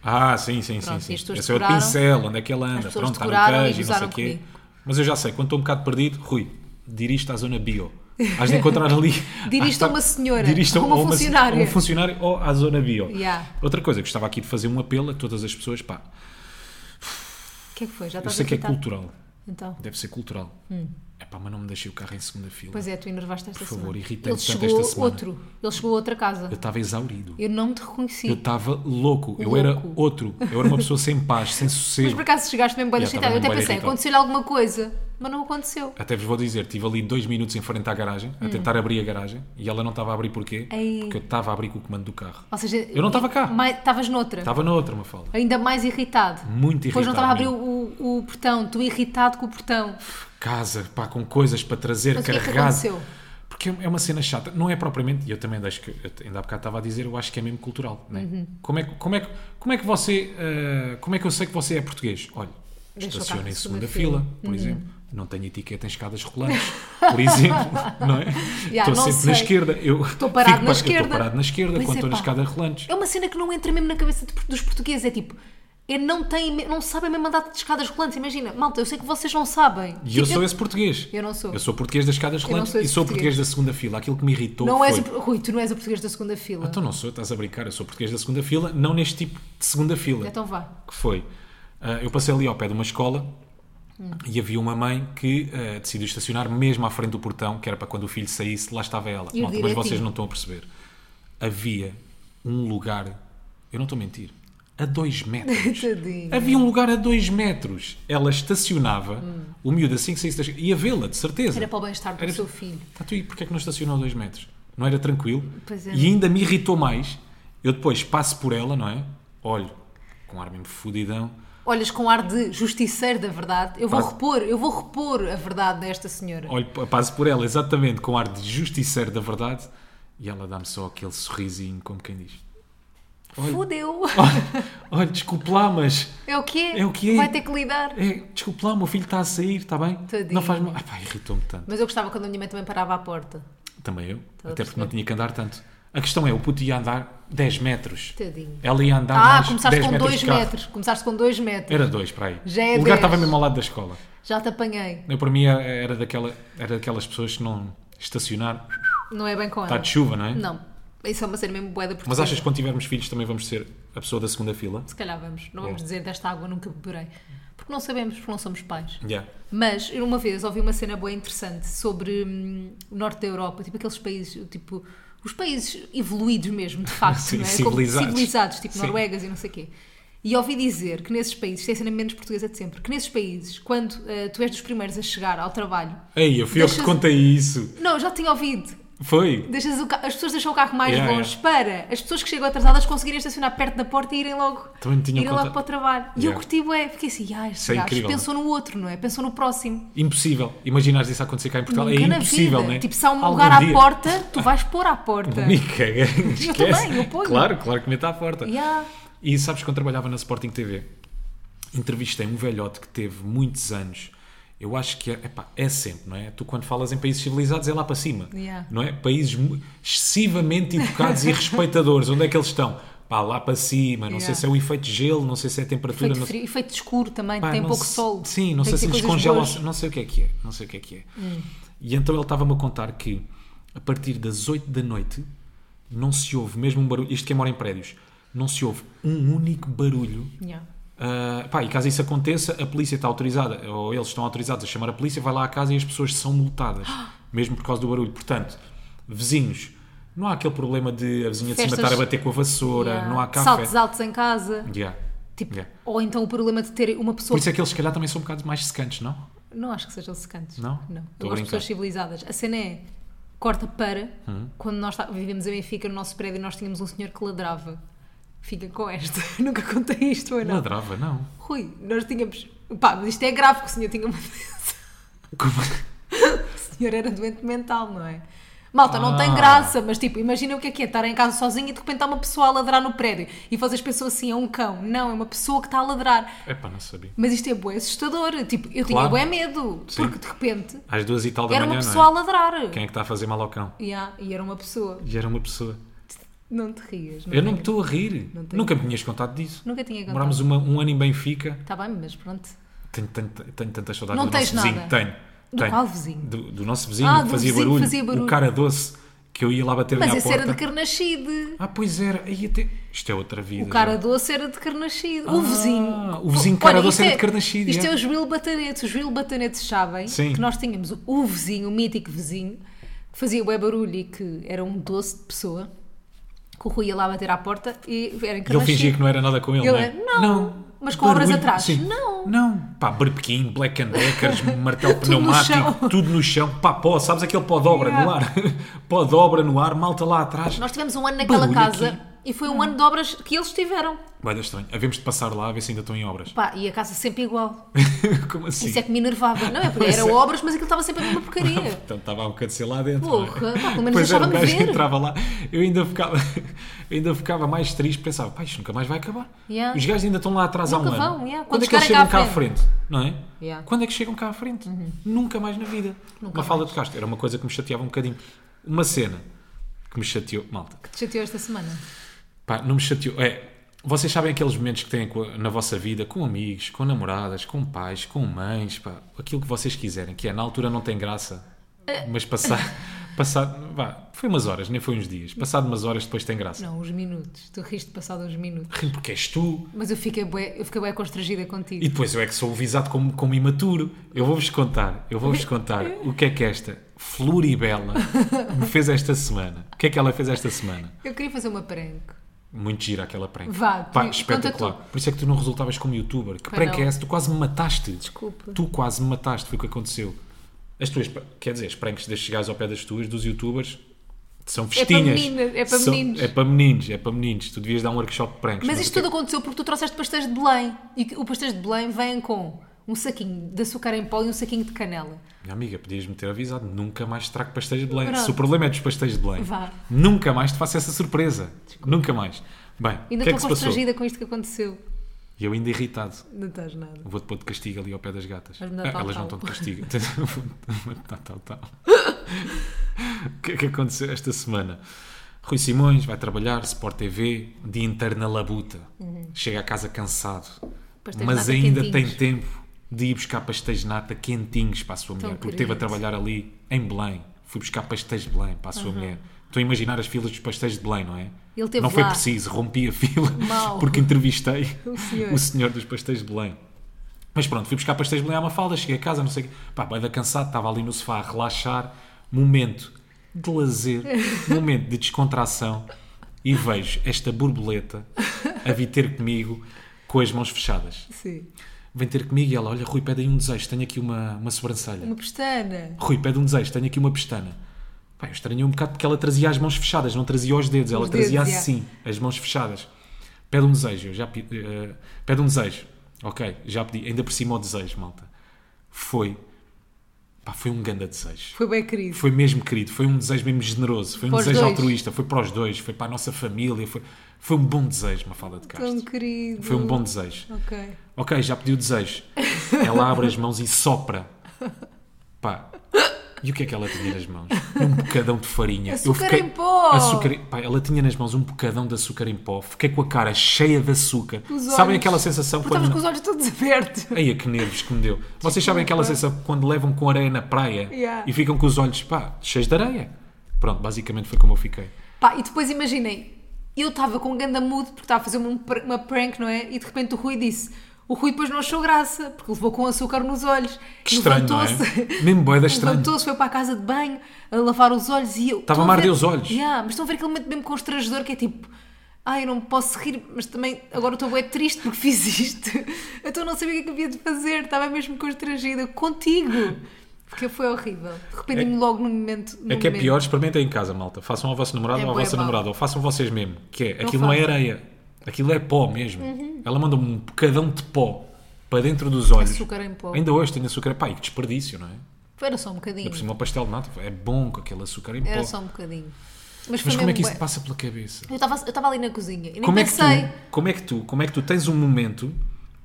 Ah, sim, sim, Pronto, e sim. as sim. pessoas Esse é o decoraram. pincel, onde é que ele anda? pessoas Pronto, está decoraram no e queijo, e não sei gozaram o quê. comigo. Mas eu já sei, quando estou um bocado perdido, Rui, dirige-te à zona bio. Hás de encontrar ali. Ah, tá. Dirige-te a uma senhora, a uma ou funcionária. ou um funcionário ou à zona bio. Yeah. Outra coisa, gostava aqui de fazer um apelo a todas as pessoas. Pá, O que é que foi? Já eu estás sei a que é tentar? cultural. Então. Deve ser cultural. É pá, mas não me deixei o carro em segunda fila. Pois é, tu enervaste esta favor, semana. irritei-te Ele tanto chegou esta semana. outro. Ele chegou a outra casa. Eu estava exaurido. Eu não te reconheci. Eu estava louco. Eu Louco. era outro. Eu era uma pessoa sem paz, sem Mas sossego. por acaso chegaste mesmo bem Já, yeah, estava Eu até mesmo bué pensei, irritado. aconteceu-lhe alguma coisa, mas não aconteceu. Até vos vou dizer, estive ali dois minutos em frente à garagem, a tentar abrir a garagem, e ela não estava a abrir porquê? Ei. Porque eu estava a abrir com o comando do carro. Ou seja, Eu não estava cá. mais- Estavas noutra. Estava na outra, Mafalda. Ainda mais irritado. Muito Depois não irritado estava a abrir mesmo. o, o portão, tu irritado com o portão. Casa, pá, com coisas para trazer, Mas o que é que carregado. aconteceu? porque é uma cena chata, não é propriamente, e eu também deixo que, eu ainda há bocado estava a dizer, eu acho que é mesmo cultural, né? Uhum. como, é, que- como, é, que- como é que você, ah, como é que eu sei que você é português? Olha, Deixa o estaciona carro em em segunda segunda fila, por Uhum. exemplo, não tenho etiqueta em escadas rolantes, por exemplo, não é? Já, Estou não sempre na sei. esquerda, eu Estou parado fico na par- eu esquerda. estou parado na esquerda Pois quando é, estou na pá. escada rolantes. É uma cena que não entra mesmo na cabeça de- dos portugueses. É tipo, é não, têm, não sabem mesmo andar de escadas rolantes. Imagina, malta, eu sei que vocês não sabem. E Tipo, eu sou esse português. Eu não sou. Eu sou português das escadas não rolantes sou e esse sou português. português da segunda fila. Aquilo que me irritou Não foi... és o, Rui, tu não és o português da segunda fila. Então não sou, estás a brincar, eu sou português da segunda fila, não neste tipo de segunda fila. Então vá. que foi, ah, eu passei ali ao pé de uma escola e havia uma mãe que ah, decidiu estacionar mesmo à frente do portão, que era para quando o filho saísse, lá estava ela. E o Malta, mas direitinho? vocês não estão a perceber. Havia um lugar, eu não estou a mentir, a dois metros. Tadinho. Havia um lugar a dois metros. Ela estacionava, o miúdo assim que saísse da escola, ia vê-la, de certeza. Hum. Era para o bem-estar do Era- seu filho. Tá, tu, e porquê é que não estacionou a 2 metros? Não era tranquilo? Pois é. E ainda me irritou mais. Eu depois passo por ela, não é? Olho, com ar mesmo fudidão. Olhas com ar de justiceiro da verdade. Eu vou Pá. repor, eu vou repor a verdade desta senhora. Olho, passo por ela, exatamente, com ar de justiceiro da verdade. E ela dá-me só aquele sorrisinho, como quem diz. Fudeu! Olha, olha desculpe lá, mas... É o quê? É o quê? Vai ter que lidar. É, desculpe lá, o meu filho está a sair, está bem? Tadinho. Não faz mal. Ah, pá, irritou-me tanto. Mas eu gostava quando a minha mãe também parava à porta. Também eu. a até porque perceber. não tinha que andar tanto. A questão é, o puto ia andar 10 metros. Tadinho. Ela ia andar Ah, mais começaste 10 com metros 2 de carro. metros. Começaste com 2 metros. Era dois para aí. Já é o lugar dez. estava mesmo ao lado da escola. Já te apanhei. Eu, para mim era, era daquela, era daquelas pessoas que não estacionar. Não é bem com ela. Está de chuva, não é? Não. Isso é uma cena mesmo boeda Mas achas que quando tivermos filhos também vamos ser a pessoa da segunda fila? Se calhar vamos. Não vamos É. dizer desta água nunca beberei. Porque não sabemos, porque não somos pais. Yeah. Mas, eu uma vez, ouvi uma cena boa interessante sobre hum, o norte da Europa, tipo aqueles países, tipo, os países evoluídos mesmo, de facto, Sim, não é? civilizados. Como civilizados, tipo Sim. noruegas e não sei o quê. E ouvi dizer que nesses países, isto é a cena menos portuguesa de sempre, que nesses países, quando ah, tu és dos primeiros a chegar ao trabalho, Ei, eu fui eu que Deixa- te contei isso. não, já tinha ouvido, Foi. deixas o ca- as pessoas deixam o carro mais Yeah, longe para as pessoas que chegam atrasadas conseguirem estacionar perto da porta e irem logo, Também tinha irem logo conta- para o trabalho. E eu Yeah. curti, ué, fiquei assim, ah, este Isso é gajo incrível, pensou no outro, não é? Pensou no próximo. Impossível. Imaginares isso acontecer cá em Portugal. Nunca é na impossível, vida. não é? Tipo, se há um Algum lugar dia. à porta, tu vais pôr à porta. Me caguei. Esquece. eu ponho. é Claro, claro que mete à porta. Yeah. E sabes quando trabalhava na Sporting TV, entrevistei um velhote que teve muitos anos. Eu acho que é, epá, é sempre, não é? Tu quando falas em países civilizados é lá para cima, Yeah. não é? Países mu- excessivamente educados e respeitadores, onde é que eles estão? Pá, pá, lá para cima, não sei Yeah. se é o efeito gelo, não sei se é a temperatura, Efeito, não frio, efeito escuro também, Pá, tem não pouco se- sol. Sim, não Tem sei que se ter coisas descongela, ou boas. Hum. se- não sei o que é que é, não sei o que é que é. E então ele estava-me a contar que a partir das 8 da noite não se ouve mesmo um barulho, isto quem mora em prédios, não se ouve um único barulho. Yeah. Ah, pá, e caso isso aconteça, a polícia está autorizada, ou eles estão autorizados a chamar a polícia, vai lá à casa e as pessoas são multadas, mesmo por causa do barulho. Portanto, vizinhos, não há aquele problema de a vizinha de Festas- cima estar a bater com a vassoura, Yeah. não há café. Saltos altos em casa. Yeah. Tipo, Yeah. Ou então o problema de ter uma pessoa. Por isso é que eles, se calhar, também são um bocado mais secantes, não? Não acho que sejam secantes. Não? Não. Tô Eu gosto a de brincar. pessoas civilizadas. A cena é corta para. Hum. Quando nós tá- vivemos em Benfica, no nosso prédio, nós tínhamos um senhor que ladrava. Fica com esta. Nunca contei isto, ou não? Ladrava, não. Rui, nós tínhamos. Pá, mas isto é grave, porque o senhor tinha uma doença. Como- O senhor era doente mental, não é? Malta, não tem Ah. graça, mas tipo, imagina o que é que é estar em casa sozinho e de repente há uma pessoa a ladrar no prédio e vocês pensam assim, é um cão. Não, é uma pessoa que está a ladrar. Epá, não sabia. Mas isto é bué assustador. Tipo, eu tinha Claro. bué medo, Sim. porque de repente Às duas e tal da era manhã, uma não é? pessoa a ladrar. Quem é que está a fazer mal ao cão? Yeah, e era uma pessoa. E era uma pessoa. Não te rias. Eu não tenho- me estou a rir. Não tenho- Nunca me tinhas contado disso. Nunca tinha contado. Morámos uma- um ano em Benfica. Tá bem, mas pronto. Tenho, tenho, tenho tantas saudades Não do tens nosso vizinho. nada. Tenho. Do tenho. qual vizinho? Do, do nosso vizinho Ah, que do fazia, vizinho que barulho, fazia barulho. O cara doce que eu ia lá bater Mas na esse porta. era de Carnachide. Ah, pois era. Aí até... Isto é outra vida. O cara já. doce era de Carnachide. Ah, o vizinho. o vizinho Olha, cara doce isto era de Carnachide, Isto é, é. os Will Batanetes. Os Will Batanetes sabem Sim. que nós tínhamos o- o vizinho, o mítico vizinho, que fazia bué barulho e que era um doce de pessoa. Que o Rui ia lá bater à porta e era em E ele Carnachide. fingia que não era nada com ele, Ele não é? era, não, mas com obras atrás. Não. Não. Pá, berbequim, black and deckers, martelo Tudo no chão. pneumático, tudo no chão. Pá, pó, sabes aquele pó dobra no Yeah. ar? pó dobra no ar, malta lá atrás. Nós tivemos um ano naquela Barulho casa aqui. e foi um ano de obras que eles tiveram. Vai dar estranho. Havemos de passar lá a ver se ainda estão em obras. Pá, e a casa sempre igual. Como assim? Isso é que me enervava. Não é porque Pois era é. obras, mas aquilo estava sempre a mesma porcaria. Portanto, estava há um bocado de ser lá dentro. Porra, não é? pá, pelo menos Pois era, o deixava-me gajo ver. entrava lá. Eu ainda ficava, eu ainda ficava mais triste, pensava, pá, isto nunca mais vai acabar. Yeah. Os gajos ainda estão lá atrás há Nunca um vão, ano. yeah. Quando Quando é que eles chegarem chegam cá cá à à frente? Não é? Yeah. Uhum. Quando é que chegam cá à frente? Nunca mais na vida. Nunca uma falda mais. de castro. Era uma coisa que me chateava um bocadinho. Uma cena que me chateou, malta. Te chateou esta semana. Pá, não me chateou. É, vocês sabem aqueles momentos que têm co- na vossa vida com amigos, com namoradas, com pais, com mães, pá, aquilo que vocês quiserem, que é na altura não tem graça, mas passar, passado, vá, foi umas horas, nem foi uns dias, passado umas horas depois tem graça. Não, uns minutos. Tu riste passado uns minutos. Rim porque és tu, Mas eu fiquei bué, eu fiquei bué constrangida contigo. e depois eu é que sou visado como, como imaturo. Eu vou-vos contar, eu vou-vos contar o que é que esta Floribela me fez esta semana. O que é que ela fez esta semana? Eu queria fazer uma prank. Muito gira aquela prank. Vá, Pá, conta espetacular. Por isso é que tu não resultavas como youtuber. Que Pois prank não. é essa? Tu quase me mataste. Desculpa. Tu quase me mataste, foi o que aconteceu. As tuas, pra- quer dizer, as pranks das chegares ao pé das tuas, dos youtubers, são festinhas. meninas, é para São- meninos. É para meninos, é para meninos. Tu devias dar um workshop de pranks. Mas isto o que- tudo aconteceu porque tu trouxeste pastéis de Belém. E que o pastéis de Belém vem com um saquinho de açúcar em pó e um saquinho de canela. Minha amiga, podias-me ter avisado, nunca mais te trago pastéis de Belém. Pronto. Se o problema é dos pastéis de Belém, Vá. nunca mais te faço essa surpresa. Nunca mais. Bem, o Ainda que estou é que se passou? constrangida com isto que aconteceu. E eu ainda irritado. Não estás nada. Vou-te pôr de castigo ali ao pé das gatas. Vais-me dar Ah, tal, Elas não tá tal. estão de castigo. Vou-te dar tá tal, tal. O que é que aconteceu esta semana? Rui Simões vai trabalhar, Sport TV, dia inteiro na labuta. Chega a casa cansado. Pastéis de mas Uhum. nata ainda quentinhos. tem tempo de ir buscar pastéis de nata quentinhos para a sua mulher. Porque esteve a querido. trabalhar ali em Belém. Fui buscar pastéis de Belém para a sua mulher. Estou a imaginar as filas dos pastéis de Belém, não é? Ele teve não foi lá. preciso, rompi a fila Mau. porque entrevistei O senhor. o senhor dos pastéis de Belém. Mas pronto, fui buscar pastéis de Belém à Mafalda, cheguei a casa, não sei o quê. Pá, bem da cansado, estava ali no sofá a relaxar. Momento de lazer, momento de descontração. E vejo esta borboleta a vir ter comigo com as mãos fechadas. Sim. Vem ter comigo e ela, olha, Rui, pede aí um desejo, tenho aqui uma, uma sobrancelha. Uma pestana. Rui, pede um desejo, tenho aqui uma pestana. Pá, eu estranhei um bocado porque ela trazia as mãos fechadas, não trazia os dedos, ela Os trazia dedos, já. assim, as mãos fechadas. Pede um desejo, eu já pedi, eh, pede um desejo. Ok, já pedi, ainda por cima o desejo, malta. Foi, pá, foi um grande desejo. Foi bem querido. Foi mesmo querido, foi um desejo mesmo generoso, foi um Para os desejo dois. altruísta, foi para os dois, foi para a nossa família, foi, foi um bom desejo, uma fala de Tão Castro. querido. Foi um bom desejo. Ok. Ok, já pediu o desejo. Ela abre as mãos e sopra. Pá, E o que é que ela tinha nas mãos? Um bocadão de farinha. Açúcar em pó! Açúcar em- pá, ela tinha nas mãos um bocadão de açúcar em pó. Fiquei com a cara cheia de açúcar. Os Sabem olhos. aquela sensação Porque quando. estamos com os olhos todos abertos. Ai, que nervos que me deu. Vocês sabem aquela sensação quando levam com areia na praia Yeah. e ficam com os olhos, pá, cheios de areia. Pronto, basicamente foi como eu fiquei. Pá, e depois imaginem, eu estava com um ganda mood porque estava a fazer uma, um pr- uma prank, não é? E de repente o Rui disse. O Rui depois não achou graça, porque levou com açúcar nos olhos. Que estranho, não é? Levantou-se- Mesmo boeda estranho. Levantou-se, foi para a casa de banho a lavar os olhos e eu. Estava a estão arder ver- os olhos. Yeah, mas estão a ver aquele momento mesmo constrangedor que é tipo. Ai, eu não posso rir, mas também agora estou bem triste porque fiz isto. Então eu não sabia o que é que havia de fazer, estava mesmo constrangida contigo. Porque foi horrível. Arrependi-me logo no momento. No É que é momento. pior, experimentem em casa, malta. Façam ao vosso namorado É ou à bué vossa mau. namorada, ou façam vocês mesmo. Que é, aquilo não é façam. Uhum. areia, aquilo é pó mesmo. Ela manda um bocadão de pó para dentro dos olhos. Açúcar em pó. Ainda hoje tenho açúcar, pá, e que desperdício, não é? Ainda Era só um bocadinho. por cima, o pastel de nata é bom com aquele açúcar em pó. Era só um bocadinho. Mas, foi Mas como é mesmo que isso bué. te passa pela cabeça? Eu estava eu estava ali na cozinha e nem Como é, que tu, pensei. como, é que tu, como é que tu tens um momento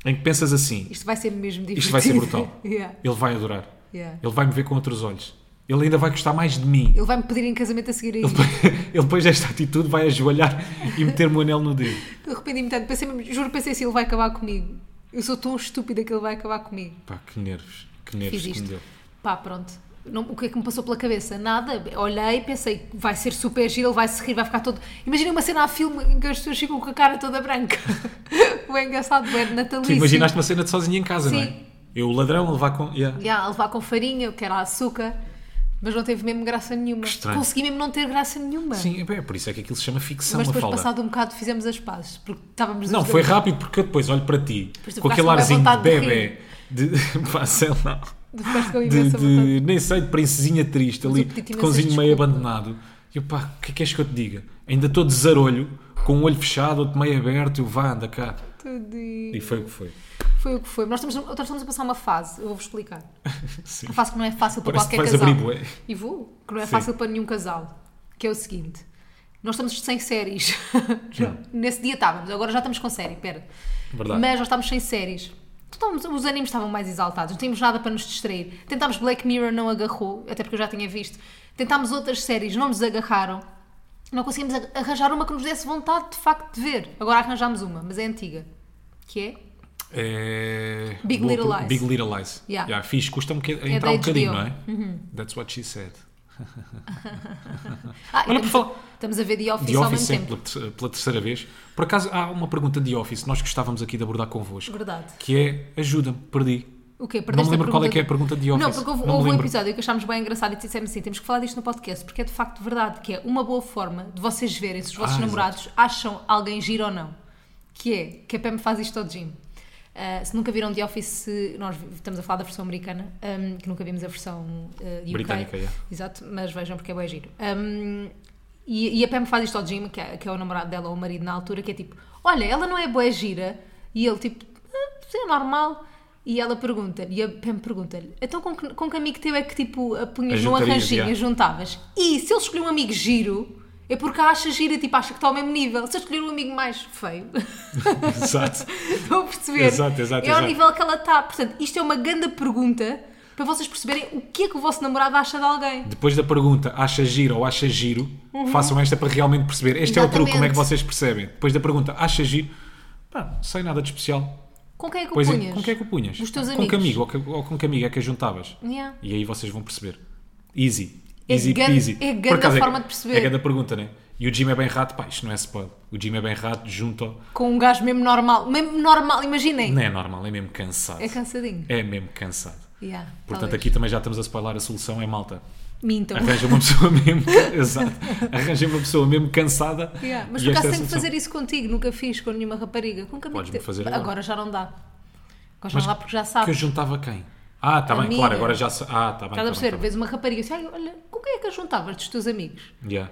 em que pensas assim, Isto vai ser mesmo divertido. isto vai ser brutal, Yeah, ele vai adorar, yeah. ele vai me ver com outros olhos, ele ainda vai gostar mais de mim. Ele vai-me pedir em casamento a seguir a isto. Ele depois desta atitude vai ajoelhar e meter-me o anel no dedo. Eu arrependi-me tanto. Pensei mesmo, juro, pensei assim, ele vai acabar comigo. Eu sou tão estúpida que ele vai acabar comigo. Pá, que nervos, que nervos Fiz que me isto. deu. Pá, pronto. Não- o que é que me passou pela cabeça? Nada. Olhei, pensei, vai ser super giro, ele vai se rir, vai ficar todo. Imagina uma cena a filme em que as pessoas ficam com a cara toda branca. o engraçado, o é de Tu natalício. imaginaste uma cena de sozinha em casa, não é? Sim. Eu, o ladrão, levar com. Yeah. Já, a levar com farinha, que era açúcar, mas não teve mesmo graça nenhuma. estranho. Consegui mesmo não ter graça nenhuma. Sim, é bem, por isso é que aquilo se chama ficção, mas a depois, falda. passado um bocado, fizemos as pazes, porque estávamos. Não, os foi dois- rápido porque eu depois olho para ti Por isso com aquele ficaste arzinho com de boa vontade de bebê, de, pá, sei lá, Depois com de, imensa de- vontade. nem sei, de princesinha triste ali, eu pedi-te de imensas cãozinho meio desculpas. abandonado. E eu, pá, o que é que és que eu te diga? Ainda estou de zarolho, com um olho fechado, outro meio aberto, eu vá, anda cá. Tadinho. E foi o que foi. Foi o que foi. Nós estamos, nós estamos a passar uma fase, eu vou-vos explicar. Sim. Uma fase que não é fácil para Parece que qualquer vais casal. abrir bué. E vou, que não é Sim. fácil para nenhum casal. Que é o seguinte: nós estamos sem séries. Não. Nesse dia estávamos, agora já estamos com série, pera. Verdade. Mas nós estávamos sem séries. Então, estávamos- os animes estavam mais exaltados, não tínhamos nada para nos distrair. Tentámos Black Mirror, não agarrou, até porque eu já tinha visto. Tentámos outras séries, não nos agarraram. Não conseguimos a- arranjar uma que nos desse vontade de facto de ver. Agora arranjámos uma, mas é antiga. Que é É... Big Vou- Little Lies. Big Little Lies. Yeah. Yeah, fixe, custa um bocadinho, É entrar um da bocadinho, não HBO. é? That's what she said. Ah, Olha, e é por estamos- falar- Estamos a ver The Office, The ao Office mesmo sempre tempo. pela, te- pela terceira vez. Por acaso, há uma pergunta de Office que nós gostávamos aqui de abordar convosco. Verdade. Que é, ajuda-me, perdi. O quê? Não me Perdeste a lembro qual é pergunta que é a pergunta de Office. Não, porque houve, Não me houve um lembro. episódio que achámos bem engraçado e dissemos assim: temos que falar disto no podcast, porque é de facto verdade, que é uma boa forma de vocês verem se os vossos Ah, namorados acham alguém giro ou não. Que é, que a Pam faz isto ao Jim. Ah, se nunca viram The Office, se- nós vi- estamos a falar da versão americana, ahm, que nunca vimos a versão ah, UK. Britânica, yeah. Exato, mas vejam porque é bem giro. Ahm, e, e a Pam faz isto ao Jim, que é, que é o namorado dela ou o marido na altura, que é tipo: Olha, ela não é boa gira. E ele tipo: "Ah, Sim, é normal. E ela pergunta e a Pam pergunta-lhe: Então com que, com que amigo teu é que tipo a punhas A num juntarias, arranjinho, yeah. a juntavas? E se ele escolher um amigo giro. É porque a acha gira, tipo, acha que está ao mesmo nível. Se eu escolher um amigo mais feio, Exato. Estão a perceber? Exato, exato, é exato. ao nível que ela está. Portanto, isto é uma grande pergunta para vocês perceberem o que é que o vosso namorado acha de alguém. Depois da pergunta, acha giro ou acha giro, façam esta para realmente perceber. Este é o truque, como é que Uhum. Exatamente. vocês percebem. Depois da pergunta, acha giro, pá, sem nada de especial. Com quem é que Pois o é, punhas? com quem é que o punhas? Os teus Com que amigos. amigo ou, que- ou com que amiga é que a juntavas? Yeah. E aí vocês vão perceber. Easy. É Easy grande- peasy. é Por grande acaso, forma de perceber. É grande a pergunta, né? E o Jim é bem rato? Pá, isto não é spoiler. O Jim é bem rato junto ao... Com um gajo mesmo normal. Mesmo normal, imaginem. Não é normal, é mesmo cansado. É cansadinho. É mesmo cansado. Yeah, Portanto, talvez. Então. aqui também já estamos a spoiler a solução, é malta. Mintam. Arranja uma pessoa mesmo... Exato. Arranja uma pessoa mesmo cansada. Yeah, Mas e por acaso esta é a tenho que solução. fazer isso contigo. Nunca fiz com nenhuma rapariga. Com que amigo Podes-me teu- fazer agora. já não dá. Agora já não dá porque já sabe. Que eu juntava quem? Ah, tá bem, Amiga. claro, agora já... sa- Ah, tá Estás a bem, tá bem, perceber? tá bem. Vês uma rapariga e assim, "Ai, olha, com quem é que a juntavas dos teus amigos? Yeah,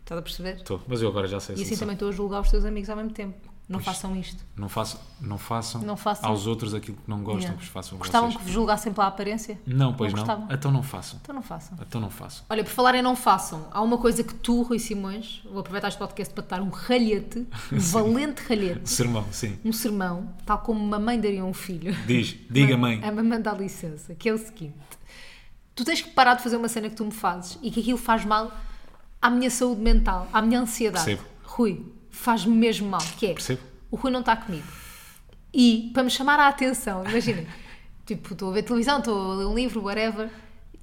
Estás a perceber? tô. Mas eu agora já sei a E assim solução. também estou a julgar os teus amigos ao mesmo tempo. Não façam isto. Não façam, não façam, Não façam. aos outros aquilo que não gostam Yeah. que vos façam a Gostavam vocês. que vos julgassem pela aparência? Não, pois não. gostavam. Então não façam. Então não façam. Então não façam. Olha, por falar em não façam, há uma coisa que tu, Rui Simões, vou aproveitar este podcast para te dar um ralhete, um valente ralhete, Sermão, sim. um sermão, tal como uma mãe daria a um filho. Diz, diga mãe. A mamãe dá licença, que é o é seguinte. tu tens que parar de fazer uma cena que tu me fazes e que aquilo faz mal à minha saúde mental, à minha ansiedade. Percebo. Rui, faz-me mesmo mal. Que é, Percebo. o Rui não está comigo. E para me chamar a atenção, imagina, tipo, estou a ver televisão, estou a ler um livro, whatever,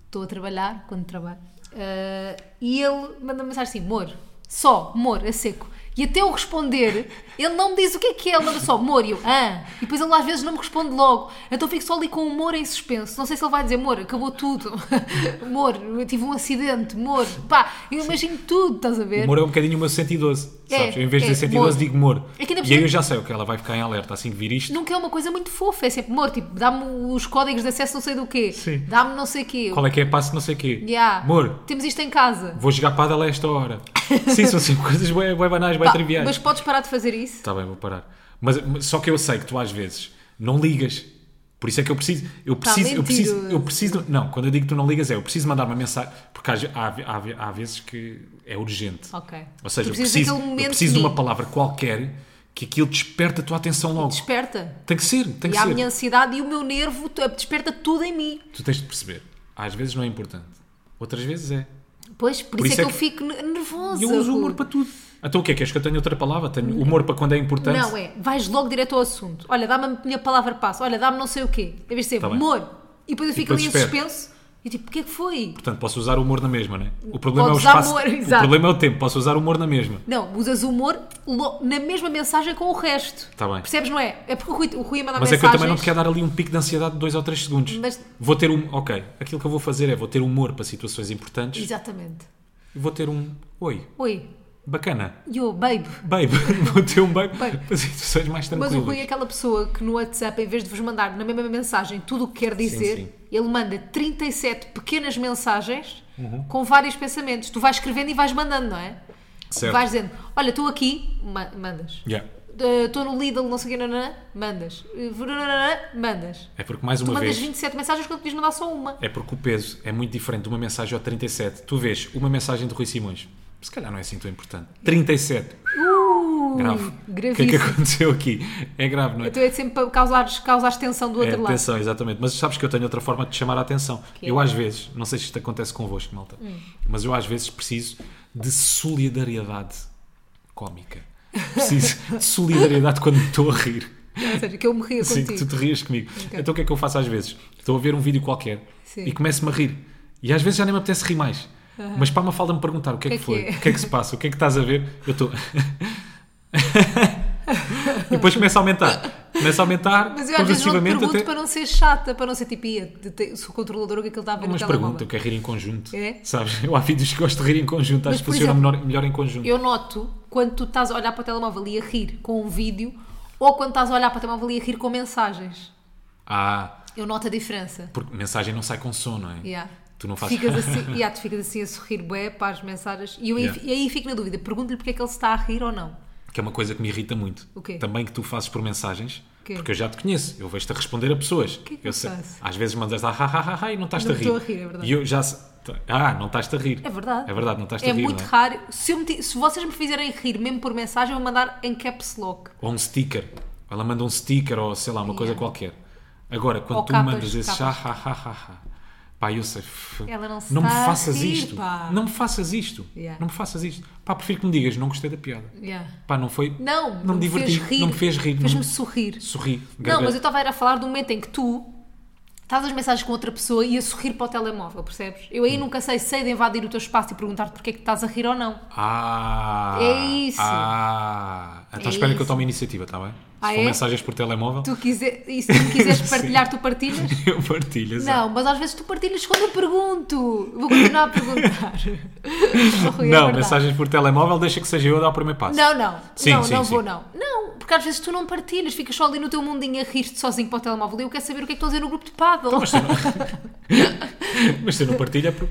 estou a trabalhar, quando trabalho, ah, e ele manda mensagem assim, amor, só, amor, a seco. E até eu responder, ele não me diz o que é que é, ele manda só, amor, e eu, ah, e depois ele às vezes não me responde logo, então fico só ali com o humor em suspenso, não sei se ele vai dizer, amor, acabou tudo, amor, eu tive um acidente, amor, pá, eu imagino tudo, estás a ver? Moro é um bocadinho o meu 112, É, sabes? Eu, em vez de é, dizer 112, moro. digo moro. É que ainda por E aí cima- eu já sei, ok, ela vai ficar em alerta assim que vir isto. nunca é uma coisa muito fofa, é sempre amor, tipo, dá-me os códigos de acesso não sei do quê, Sim. dá-me não sei quê. Qual é que é passo não sei o quê? Yeah. Moro, Temos isto em casa. vou jogar pádel a esta hora. Sim, são sempre coisas bem, bem banais, bem Pá, triviais. mas podes parar de fazer isso? Está Tá bem, vou parar. Mas, mas só que eu sei que tu às vezes não ligas. Por isso é que eu preciso, eu preciso, eu preciso, Tá mentiroso. eu preciso, não, quando eu digo que tu não ligas é, eu preciso mandar uma mensagem, porque há, há, há, há vezes que é urgente. Ok. Ou seja, Oh, Tu eu precisas preciso, daquele eu momento preciso de mim. uma palavra qualquer que aquilo desperta a tua atenção logo. Desperta. Tem que ser, tem E que a ser. minha ansiedade e o meu nervo tu- desperta tudo em mim. Tu tens de perceber. Às vezes não é importante. Outras vezes é. Pois, por, isso, é que, eu fico ne- E nervosa. eu uso o Rui. humor para tudo. Então o que é? Queres que eu tenha outra palavra? Tenho humor para quando é importante. Não, é, vais logo direto ao assunto. Olha, dá-me a minha palavra passo. Olha, dá-me não sei o quê. Em vez de ser Tá bem. amor. E depois eu fico depois ali em espero. suspenso. E tipo, o que é que foi? Portanto, posso usar o humor na mesma, não é? O problema Podes é o usar espaço. humor, o exato. problema é o tempo. Posso usar o humor na mesma. Não, usas o humor lo- na mesma mensagem com o resto. Tá bem. Percebes, não é? É porque o Rui, o Rui manda Mas mensagens... é que eu também não te quero dar ali um pico de ansiedade de 2 ou 3 segundos. Mas- Vou ter um. Ok, aquilo que eu vou fazer é vou ter humor para situações importantes Exatamente. e vou ter um. Oi, Oi, bacana. yo, babe. Babe, vou ter um babe Babe. para situações Mas mais tranquilas. o Rui é aquela pessoa que no WhatsApp, em vez de vos mandar na mesma mensagem tudo o que quer dizer, sim. ele manda 37 pequenas mensagens Uhum. com vários pensamentos. Tu vais escrevendo e vais mandando, não é? Certo. Vais dizendo, olha, estou aqui, ma- mandas. Yeah. Eh, Estou no Lidl, não sei o quê, nananã, mandas. Eh, nananã, mandas. É porque mais Tu uma mandas vez. 27 mensagens quando podias mandar só uma. É porque o peso é muito diferente de uma mensagem ao 37. Tu vês uma mensagem de Rui Simões. Se calhar não é assim tão importante. 37. Uh, Grave. O que é que Gravíssimo. aconteceu aqui? É grave, não é? Então é sempre para causar, causar tensão do É, outro lado. atenção, exatamente. Mas sabes que eu tenho outra forma de te chamar a atenção. Que é? Hum. eu às vezes, não sei se isto acontece convosco, malta, mas eu às vezes preciso de solidariedade cómica. Preciso de solidariedade quando me estou a rir. Ou seja, que eu morria Sim, contigo. que tu te rias comigo. Então o que é que eu faço às vezes? Estou a ver um vídeo qualquer Sim. e começo-me a rir. E às vezes já nem me apetece rir mais. Mas para a Mafalda me perguntar o que é que, foi, é? o que é que se passa, o que é que estás a ver, eu estou. e depois começa a aumentar. Começa a aumentar Mas eu às vezes não te progressivamente pergunto até. para não ser chata, para não ser tipo, ia, de te- sou controladora o que é que ele está a ver Mas no telemóvel. pergunta, eu quero rir em conjunto. É? Sabes? Eu há vídeos que gosto de rir em conjunto, Mas, acho que por funciona exemplo, menor- melhor em conjunto. Eu noto quando tu estás a olhar para o telemóvel e a rir com um vídeo ou quando estás a olhar para o telemóvel e a rir com mensagens. Ah, Eu noto a diferença. porque mensagem não sai com som, não é? Yeah. Tu não fazes. Ficas assim, yeah, tu ficas assim a sorrir bué para as mensagens e, eu aí- Yeah. e aí fico na dúvida, pergunto-lhe porque é que ele se está a rir ou não. Que é uma coisa que me irrita muito. O quê? Também que tu fazes por mensagens. quê? Porque eu já te conheço. Eu vejo-te a responder a pessoas. O que é que eu faço? Às vezes mandas lá, ha, ha, ha, ha, e não estás Não a rir. estou a rir, é verdade. E eu já... se- Ah, não estás a rir. É verdade. É verdade, não estás a É rir, muito não é? raro. Se, eu me ti- se vocês me fizerem rir mesmo por mensagem, eu vou mandar em caps lock. Ou um sticker. Ela manda um sticker ou, sei lá, uma coisa qualquer. Agora, quando Ou tu capas, mandas esse ha, capas. ha, ha, ha, ha, pá, eu sei... f- Ela não se me está a faças rir, isto. pá. Não me faças isto. Yeah. Não me faças isto. Pá, prefiro que me digas, não gostei da piada. Yeah. Pá, não foi... Não, Não me diverti. fez rir. Não me fez rir. não Fez-me me- sorrir. Sorri. Não, mas eu gargalhei. estava a ir a falar do momento em que tu estás as mensagens com outra pessoa e a sorrir para o telemóvel, percebes? Eu Hum. aí nunca sei, sei de invadir o teu espaço e perguntar-te porque é que estás a rir ou não. Ah! É isso. Ah! Então É espera que isso. eu tome a iniciativa, está bem? Se Ah, for é? mensagens por telemóvel, Tu quiser, e se tu me quiseres partilhar, tu partilhas? eu partilho. exato. Não, mas às vezes tu partilhas quando eu pergunto. Vou continuar a perguntar. Oh, Rui, é Não, verdade. mensagens por telemóvel, deixa que seja eu a dar o primeiro passo. Não, não. Sim, não, sim, não sim. vou, não. Não, porque às vezes tu não partilhas, ficas só ali no teu mundinho a rir-te sozinho para o telemóvel. E eu quero saber o que é que estão a dizer no grupo de paddle. Então, Mas tu não, mas tu não partilha é por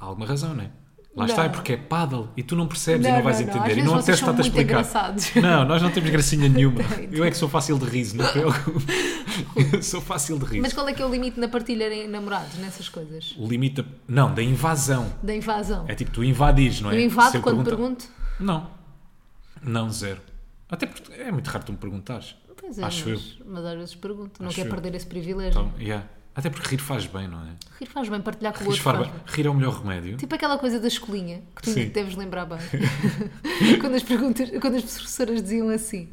há alguma razão, não é? Lá está, é Não. porque é paddle e tu não percebes Não, e não vais não, não. Às entender. E vezes não vocês apetece são estar-te a muito explicar. engraçados. Não, nós não temos gracinha nenhuma. eu é que sou fácil de riso, não te preocupes. Eu sou fácil de riso. Mas qual é que é o limite na partilha em namorados, nessas coisas? O limite. da- Não, da invasão. Da invasão. É tipo, tu invadis, não é? Eu Se invado quando perguntar- pergunto. Não. Não, zero. Até porque é muito raro tu me perguntares. Pois é, Acho eu. mas, mas às vezes pergunto. Não Acho quero eu. perder esse privilégio. Então, yeah. Até porque rir faz bem, não é? Rir faz bem, partilhar com o Rir, outro. faz faz bem. bem. Rir é o melhor remédio. Tipo aquela coisa da escolinha, que tu ainda Sim. te deves lembrar bem. quando, as perguntas, quando as professoras diziam assim: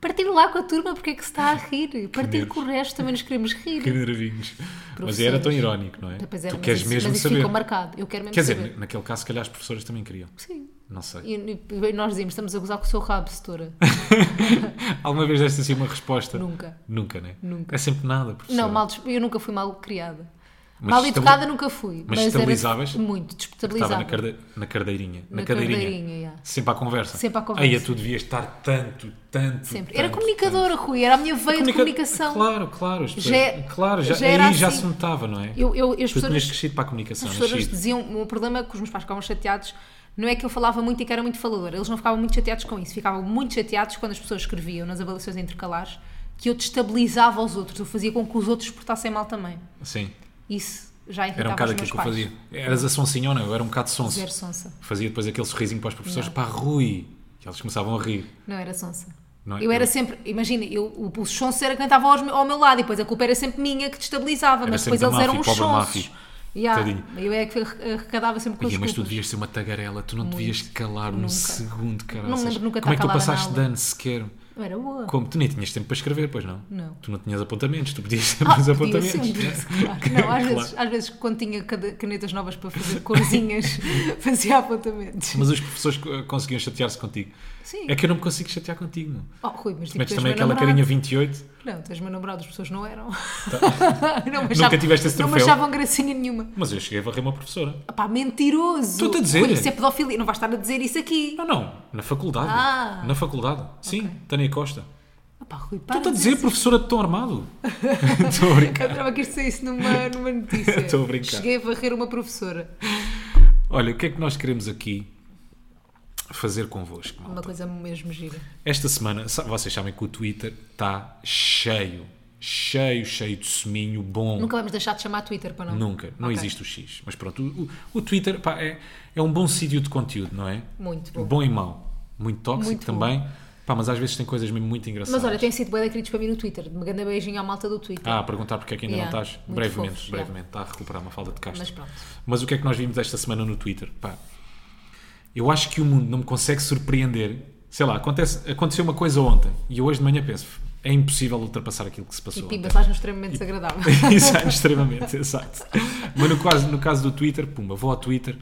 partilhe lá com a turma porque é que se está a rir. Partilhe nervos. com o resto, também nos queremos rir. Que nervinhos. Mas Professores. era tão irónico, não é? Pois é, tu mas queres isso, mesmo mas isso saber. ficou marcado. Eu quero mesmo Quer dizer, saber. naquele caso, se calhar as professoras também queriam. Sim. Não sei. E, e nós dizíamos: estamos a gozar com o seu rabo, setora. Alguma vez deste assim uma resposta? Nunca. Nunca, né? Nunca. É sempre nada, professor. Não, mal, desp- eu nunca fui mal criada. Mas mal estabil- educada nunca fui. mas era estabilizavas? Muito, Estava destabilizava. na, carde... na cardeirinha. Na, Na cadeirinha. cadeirinha, yeah. Sempre à conversa. Sempre à conversa. Aí tu devias estar tanto, tanto. Sempre. Era tanto, comunicadora, Rui, era a minha veia tanto. de comunicação. Claro, claro. as Já é- pessoas- claro, já, já aí era já assim. se notava, não é? Eu, eu, eu, as tu tinhas pessoas, crescido para a comunicação. as pessoas nascido. diziam: o problema que os meus pais ficavam chateados não é que eu falava muito e que era muito faladora. Eles não ficavam muito chateados com isso. Ficavam muito chateados quando as pessoas escreviam nas avaliações intercalares que eu destabilizava os outros. Eu fazia com que os outros portassem mal também. Sim. Isso já Era um irritava bocado os meus aquilo que eu pais. fazia. Eras a sonsinha ou não? Eu era um bocado sonso. Zero sonsa. Fazia depois aquele sorrisinho para os professores. Pá, Rui. E eles começavam a rir. Não era sonsa. Não é? Eu era sempre, imagina, eu, o, o sonso era quem estava aos me- ao, meu lado e depois a culpa era sempre minha que destabilizava, Era mas sempre depois eles da eram os máfia, pobre sonsos. máfia. Yeah, Tadinho. eu é que arre- arrecadava sempre com as Ia, mas tu culpas. devias ser uma tagarela, tu não devias calar um Nunca. segundo, cara. Não me lembro nunca Como é que estar calada tu na passaste de aula. ano sequer? Eu era boa. Como? Tu nem tinhas tempo para escrever, pois não? Não. Tu não tinhas apontamentos, tu pedias sempre Ah, os podia apontamentos. sempre, né? claro. Não, às, Claro. vezes, às vezes quando tinha cada- canetas novas para fazer corzinhas, fazia apontamentos. Mas os professores co- conseguiam chatear-se contigo. Sim. É que eu não me consigo chatear contigo. Não. Oh, Rui, mas tipo, Metes tens também meu aquela namorado. carinha 28. Não, tens meu namorado, as pessoas não eram. não me achavam- Tá. tiveste esse Não me troféu? achavam gracinha nenhuma. Mas eu cheguei a varrer uma professora. Pá, mentiroso! Estou-te a dizer. Rui, Isso é pedofilia, não vais estar a dizer isso aqui. Não, não, na faculdade. Ah. Na faculdade. Sim, Tânia Costa. Pá, Rui, para Estou-te a de dizer, professora de tom armado. Estou a brincar. Eu adorava que isto saísse numa, numa notícia. Estou a brincar. Cheguei a varrer uma professora. Olha, o que é que nós queremos aqui fazer convosco? malta? Uma coisa mesmo gira. Esta semana, sa- vocês sabem que o Twitter está cheio, cheio, cheio de suminho bom. Nunca. Nunca vamos deixar de chamar Twitter para não. Não Ok. existe o X. Mas pronto, o, o- o Twitter pá, é, é um bom sítio de conteúdo, não é? Muito bom. e mau. Muito tóxico Muito bom. também. Pá, mas às vezes tem coisas mesmo muito engraçadas. Mas olha, tem sido bem queridos para mim no Twitter. Me grande beijinho à malta do Twitter. Ah, a perguntar porque é que ainda Yeah, não estás? muito brevemente, fofo, yeah. brevemente. Está a recuperar uma falda de casta. Mas pronto. Mas o que é que nós vimos esta semana no Twitter? Pá, eu acho que o mundo não me consegue surpreender. Sei lá, acontece, aconteceu uma coisa ontem e eu hoje de manhã penso, é impossível ultrapassar aquilo que se passou. e pimba, ontem. estás extremamente desagradável. exato, extremamente, exato. Mas no caso, no caso do Twitter, pumba, vou ao Twitter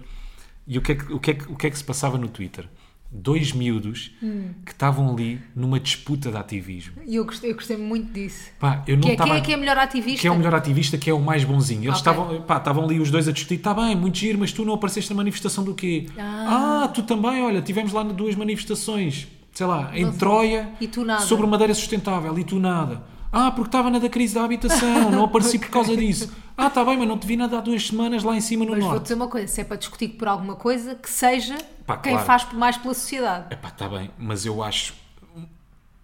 e o que é que, o que, é que, o que, é que se passava no Twitter? Dois miúdos Hum. que estavam ali numa disputa de ativismo. E eu gostei, eu gostei muito disso. Pá, eu não Que é, estava quem é que é melhor ativista? que é o melhor ativista, que é o mais bonzinho. Ok. Eles estavam pá, estavam ali os dois a discutir, está bem, muito giro, mas tu não apareceste na manifestação do quê? Ah, tu também, olha, tivemos lá duas manifestações, sei lá, em Troia, E tu nada. sobre madeira sustentável, e tu nada. Ah, porque estava na da crise da habitação, não apareci por causa disso. Ah, está bem, mas não te vi nada há duas semanas lá em cima no Mas vou norte. dizer uma coisa: se é para discutir por alguma coisa, que seja Pá, quem claro. faz mais pela sociedade. Epá, está bem, mas eu acho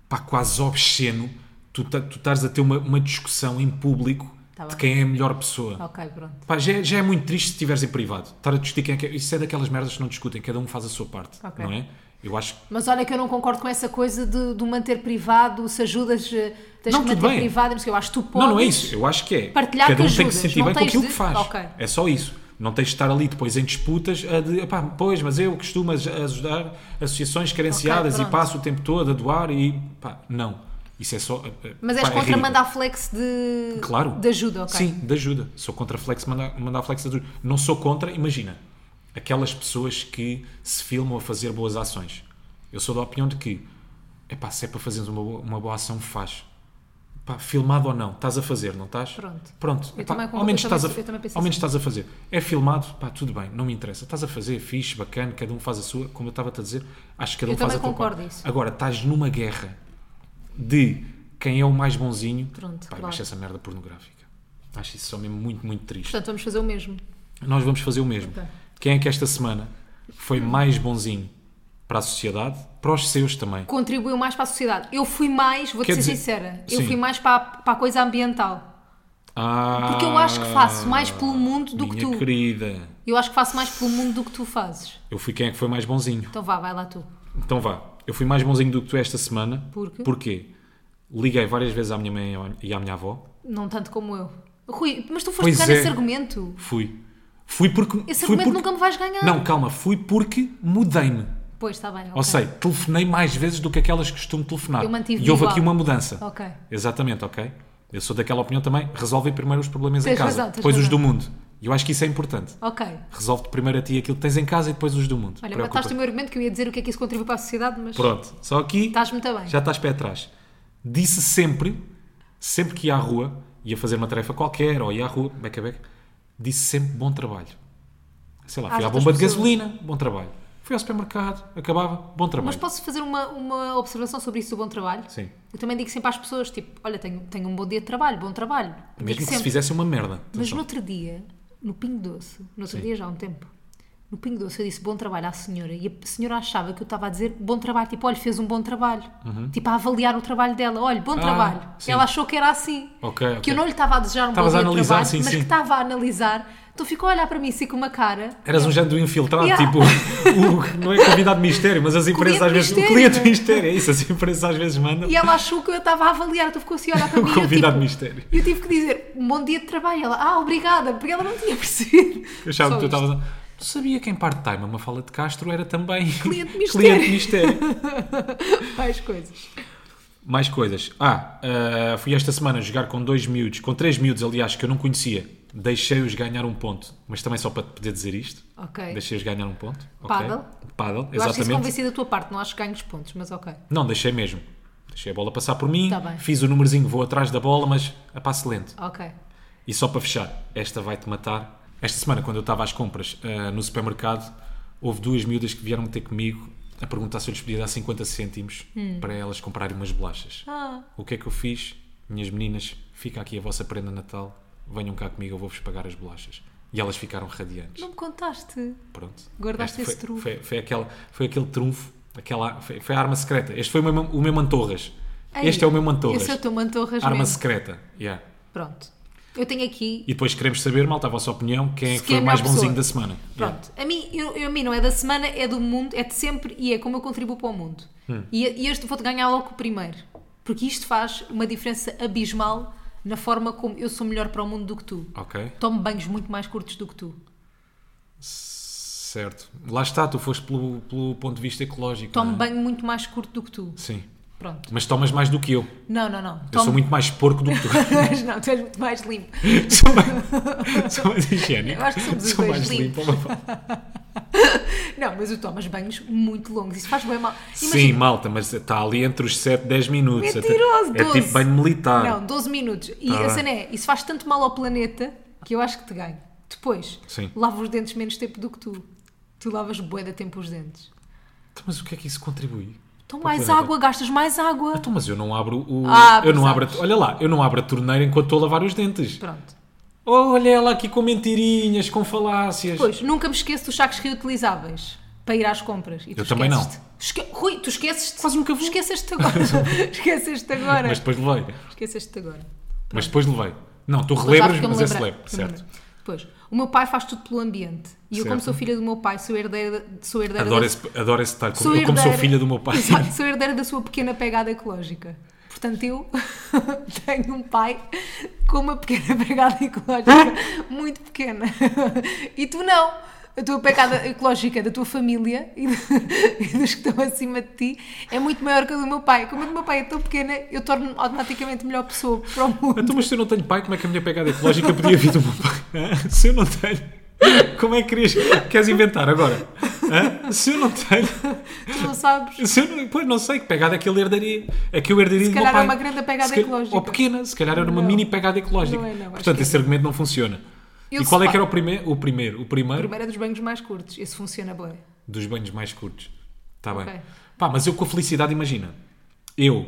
pá, quase obsceno tu, ta- tu estares a ter uma, uma discussão em público Tá de bem. quem é a melhor pessoa. Ok, pronto. Pá, já, é- já é muito triste se estiveres em privado. Estar a discutir quem é que é. Isso é daquelas merdas que não discutem, cada um faz a sua parte, Ok. não é? Eu acho que. Mas olha que eu não concordo com essa coisa de, de manter privado, se ajudas, eh, tens Não, que tudo manter bem. privado, não sei o quê. eu acho que tu podes. Não, não é isso. Eu acho que é. Partilhar cada que um tem que ajudas, se sentir não bem com tens aquilo de- que faz. Ok. É só isso. Não tens de estar ali depois em disputas a de, "Epá, pois, mas eu costumo aj- ajudar associações carenciadas pronto. e passo o tempo todo a doar e. pá, não. Isso é só. eh, eh, Mas pá, és é contra ridículo. mandar flex de, Claro. de ajuda, ok? Sim, de ajuda. Sou contra flex, mandar, mandar flex de ajuda. Não sou contra, imagina, aquelas pessoas que se filmam a fazer boas ações. Eu sou da opinião de que, epá, se é para fazeres uma boa, uma boa ação, faz. Pá, filmado ou não, estás a fazer, não estás? Pronto. Pronto. Eu Epá, também concordo, ao menos, eu também- estás a, eu também penso ao menos assim. estás a fazer. É filmado, pá, tudo bem, não me interessa. Estás a fazer, fixe, bacana, cada um faz a sua, como eu estava-te a dizer, acho que cada Eu um faz a também sua. concordo isso. Agora, estás numa guerra de quem é o mais bonzinho. Pronto, Pá, eu claro. acho essa merda pornográfica. Acho isso só mesmo muito, muito triste. Portanto, vamos fazer o mesmo. Nós vamos fazer o mesmo. Ok. Quem é que esta semana foi mais bonzinho para a sociedade, para os seus também? Contribuiu mais para a sociedade. Eu fui mais, vou-te Quer ser dizer- sincera, eu Sim. fui mais para a, para a coisa ambiental. Ah, Porque eu acho que faço mais pelo mundo do que minha tu. querida. Eu acho que faço mais pelo mundo do que tu fazes. Eu fui quem é que foi mais bonzinho. Então vá, vai lá tu. Então vá. Eu fui mais bonzinho do que tu esta semana. Por quê? Porquê? Liguei várias vezes à minha mãe e à minha avó. Não tanto como eu. Rui, mas tu foste Pois pegar é. nesse argumento. Fui. Fui porque. Esse fui argumento porque... nunca me vais ganhar. Não, calma, fui porque mudei-me. Pois, está bem. Ou ok. sei, telefonei mais vezes do que aquelas que costumo telefonar. Eu mantive-me e houve igual. aqui uma mudança. Ok. Exatamente, ok? Eu sou daquela opinião também. Resolve primeiro os problemas Tens em casa, razão, tens depois os razão. do mundo. E eu acho que isso é importante. Ok. Resolve-te primeiro a ti aquilo que tens em casa e depois os do mundo. Olha, Preocupa-te. mataste o meu argumento que eu ia dizer o que é que isso contribui para a sociedade, mas Pronto, só aqui estás muito bem. já estás pé atrás. Disse sempre, sempre que ia à rua, ia fazer uma tarefa qualquer ou ia à rua, beca beca, disse sempre bom trabalho. Sei lá, Às fui à outras bomba de pessoas. gasolina, bom trabalho. Fui ao supermercado, acabava, bom trabalho. Mas posso fazer uma, uma observação sobre isso do bom trabalho? Sim. Eu também digo sempre às pessoas, tipo, olha, tenho, tenho um bom dia de trabalho, bom trabalho. Digo Mesmo que se sempre. fizesse uma merda. Mas no Atenção. outro dia, no Pingo Doce, no outro dia já há um tempo, no Pingo Doce eu disse bom trabalho à senhora e a senhora achava que eu estava a dizer bom trabalho, tipo, olha, fez um bom trabalho. Tipo, a avaliar o trabalho dela, olha, bom Uhum. Ah, trabalho. sim. Ela achou que era assim. Ok, ok. Que eu não lhe estava a desejar um Estavas bom a dia de analisar, trabalho, sim, mas sim. que estava a analisar. Então ficou a olhar para mim assim com uma cara. Eras um género do infiltrado, Yeah. tipo, o- não é convidado mistério, mas as empresas às vezes. mistério, o cliente né? mistério, é isso, as empresas às vezes mandam E ela achou que eu estava a avaliar, então ficou assim a olhar para o mim. e eu, convidado tipo, mistério. E eu tive que dizer um bom dia de trabalho. Ela, ah, obrigada, porque ela não tinha percebido. Eu achava Só que tu isto. estavas. a- Tu sabia que em part-time a Mafalda de Castro era também Cliente mistério. cliente mistério. Mais coisas. Mais coisas. Ah, ah, fui esta semana jogar com dois miúdos, com três miúdos, aliás, que eu não conhecia. Deixei-os ganhar um ponto, mas também só para te poder dizer isto. Ok. Deixei-os ganhar um ponto. ok? Pádel. Pádel, Eu acho isso exatamente. convencido da tua parte, não acho que ganhos pontos, mas ok. Não, deixei mesmo. Deixei a bola passar por mim, Tá bem. fiz o númerozinho, vou atrás da bola, mas a passo lento. Ok. E só para fechar, esta vai-te matar. Esta semana, quando eu estava às compras ah, no supermercado, houve duas miúdas que vieram ter comigo a perguntar se eu lhes podia dar 50 cêntimos para elas comprarem umas bolachas. Hum. Ah, O que é que eu fiz? Minhas meninas, fica aqui a vossa prenda de Natal, venham cá comigo, eu vou-vos pagar as bolachas. E elas ficaram radiantes. não me contaste. Pronto. Guardaste Este esse foi, trunfo. Foi, foi aquela, foi aquele trunfo, aquela, foi, foi a arma secreta. Este foi o meu, o meu Mantorras. Ei, este é o meu Mantorras. Esse é o teu mantorras Arma mesmo. secreta. Yeah. Pronto. Eu tenho aqui... E depois queremos saber, malta, a vossa opinião, quem é Se que quem é foi a o mais melhor bonzinho pessoa. da semana. Yeah. Pronto. A, mim, eu, eu- a mim não é da semana, é do mundo, é de sempre e é como eu contribuo para o mundo. Hum. E, e este vou-te ganhar logo o primeiro. Porque isto faz uma diferença abismal na forma como eu sou melhor para o mundo do que tu. Ok, Tomo banhos muito mais curtos do que tu. certo. Lá está, tu foste pelo, pelo ponto de vista ecológico. Tomo não é? banho muito mais curto do que tu. Sim. Pronto. Mas tomas mais do que eu. Não, não, não. Eu sou muito mais porco do que tu. mais... não, tu és muito mais limpo. sou, mais, sou mais higiênico. Eu acho que somos os sou dois mais limpos. limpo. Não, mas tu tomas banhos muito longos. Isso faz bem mal. Sim, malta, mas está ali entre os 7 e 10 minutos. Até- Mentiroso, É 12. tipo banho militar. Não, 12 minutos. E Tá a bem. cena é, isso faz tanto mal ao planeta que eu acho que te ganho. Depois, Sim. lavo os dentes menos tempo do que tu. Tu lavas bué de tempo os dentes. Então, mas o que é que isso contribui? Então Para o mais planeta? água, gastas mais água. Então, mas é, eu não abro o. Ah, eu não pois abro a- sabes. Olha lá, eu não abro a torneira enquanto estou a lavar os dentes. Pronto. Olha ela aqui com mentirinhas, com falácias. Depois, nunca me esqueço dos sacos reutilizáveis para ir às compras. E tu Eu também não. esqueces-te. Esque- Rui, tu esqueces-te. Quase nunca vou. Esqueceste-te agora. esqueceste-te agora. Mas depois levei. Esqueceste-te agora. Mas depois levei. Não, tu Mas relembras, acho que eu me mas é lembrei. celebro, certo? Pois, o meu pai faz tudo pelo ambiente. E eu, como Certo. sou filha do meu pai, sou herdeira, sou herdeira Adoro da- esse, adoro esse detalhe. sou Como- eu, como sou herdeira- filha do meu pai. Exato, sou herdeira da sua pequena pegada ecológica. Portanto, eu tenho um pai com uma pequena pegada ecológica muito pequena. E tu não. A tua pegada ecológica da tua família e, do- e dos que estão acima de ti é muito maior que a do meu pai. Como a do meu pai é tão pequena, eu torno-me automaticamente melhor pessoa para o mundo. Então, mas se eu não tenho pai, como é que a minha pegada ecológica podia vir do meu pai? Hã? Se eu não tenho, como é que querias? Queres inventar agora? Hã? Se eu não tenho, Tu não sabes? se eu não, pois não sei que pegada é que ele herdaria. É que eu herdaria Se do meu calhar é pai. uma grande pegada Se calhar- ecológica. Ou pequena, se calhar era uma Não. mini pegada ecológica. Não é, não, acho Portanto, que esse argumento não funciona. Eu e qual é separo. que era o primeiro? O primeiro, o primeiro Primeiro é dos banhos mais curtos. Esse funciona bem. dos banhos mais curtos. Está bem. Ok. Pá, mas eu com a felicidade, imagina. Eu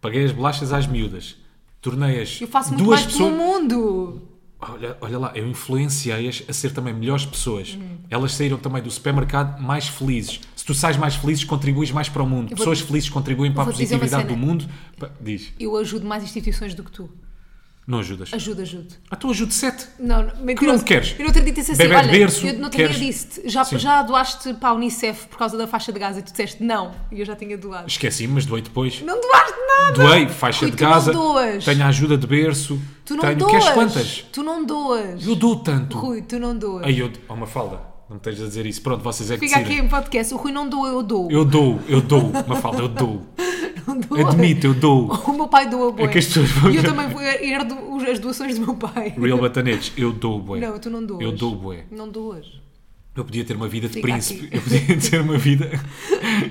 paguei as bolachas às miúdas, tornei-as Eu faço muito duas mais pessoas. pelo mundo. Olha, olha lá, eu influenciei-as a ser também melhores pessoas. Elas saíram também do supermercado mais felizes. Se tu sais mais felizes, contribuis mais para o mundo. Eu vou- pessoas felizes contribuem para a vou-te dizer uma positividade do cena. mundo. Pa- Diz. Eu ajudo mais instituições do que tu. Não ajudas. Ajuda, ajudo. Ah, tu ajudo 7. Não, não, mentiroso. queres? Eu no outro dia disse assim, Bebé de olha, berço, eu no outro queres? dia disse, já, Sim. já doaste para a Unicef por causa da faixa de gás e tu disseste não, e eu já tinha doado. Esqueci, mas doei depois. Não doaste nada! Doei, faixa Rui, de tu não casa. doas. Tenho a ajuda de berço. Tu não tenho, doas! queres quantas? Tu não doas! Eu dou tanto. Rui, tu não doas. Aí eu. Oh, uma falda. Não me tens a dizer isso. Pronto, vocês é que Fica decidem. aqui em podcast, o Rui não doa, eu dou. Eu dou, eu dou. Uma falda, eu dou. Não dou. Admito, eu dou. O meu pai doa bué. É que as pessoas vão- E eu também vou- herdo os- as doações do meu pai. Real batanetes, eu dou, bué. Não, tu não doas. Eu dou, bué. Não doas. Eu podia ter uma vida de Fica príncipe. aqui. Eu podia ter uma vida.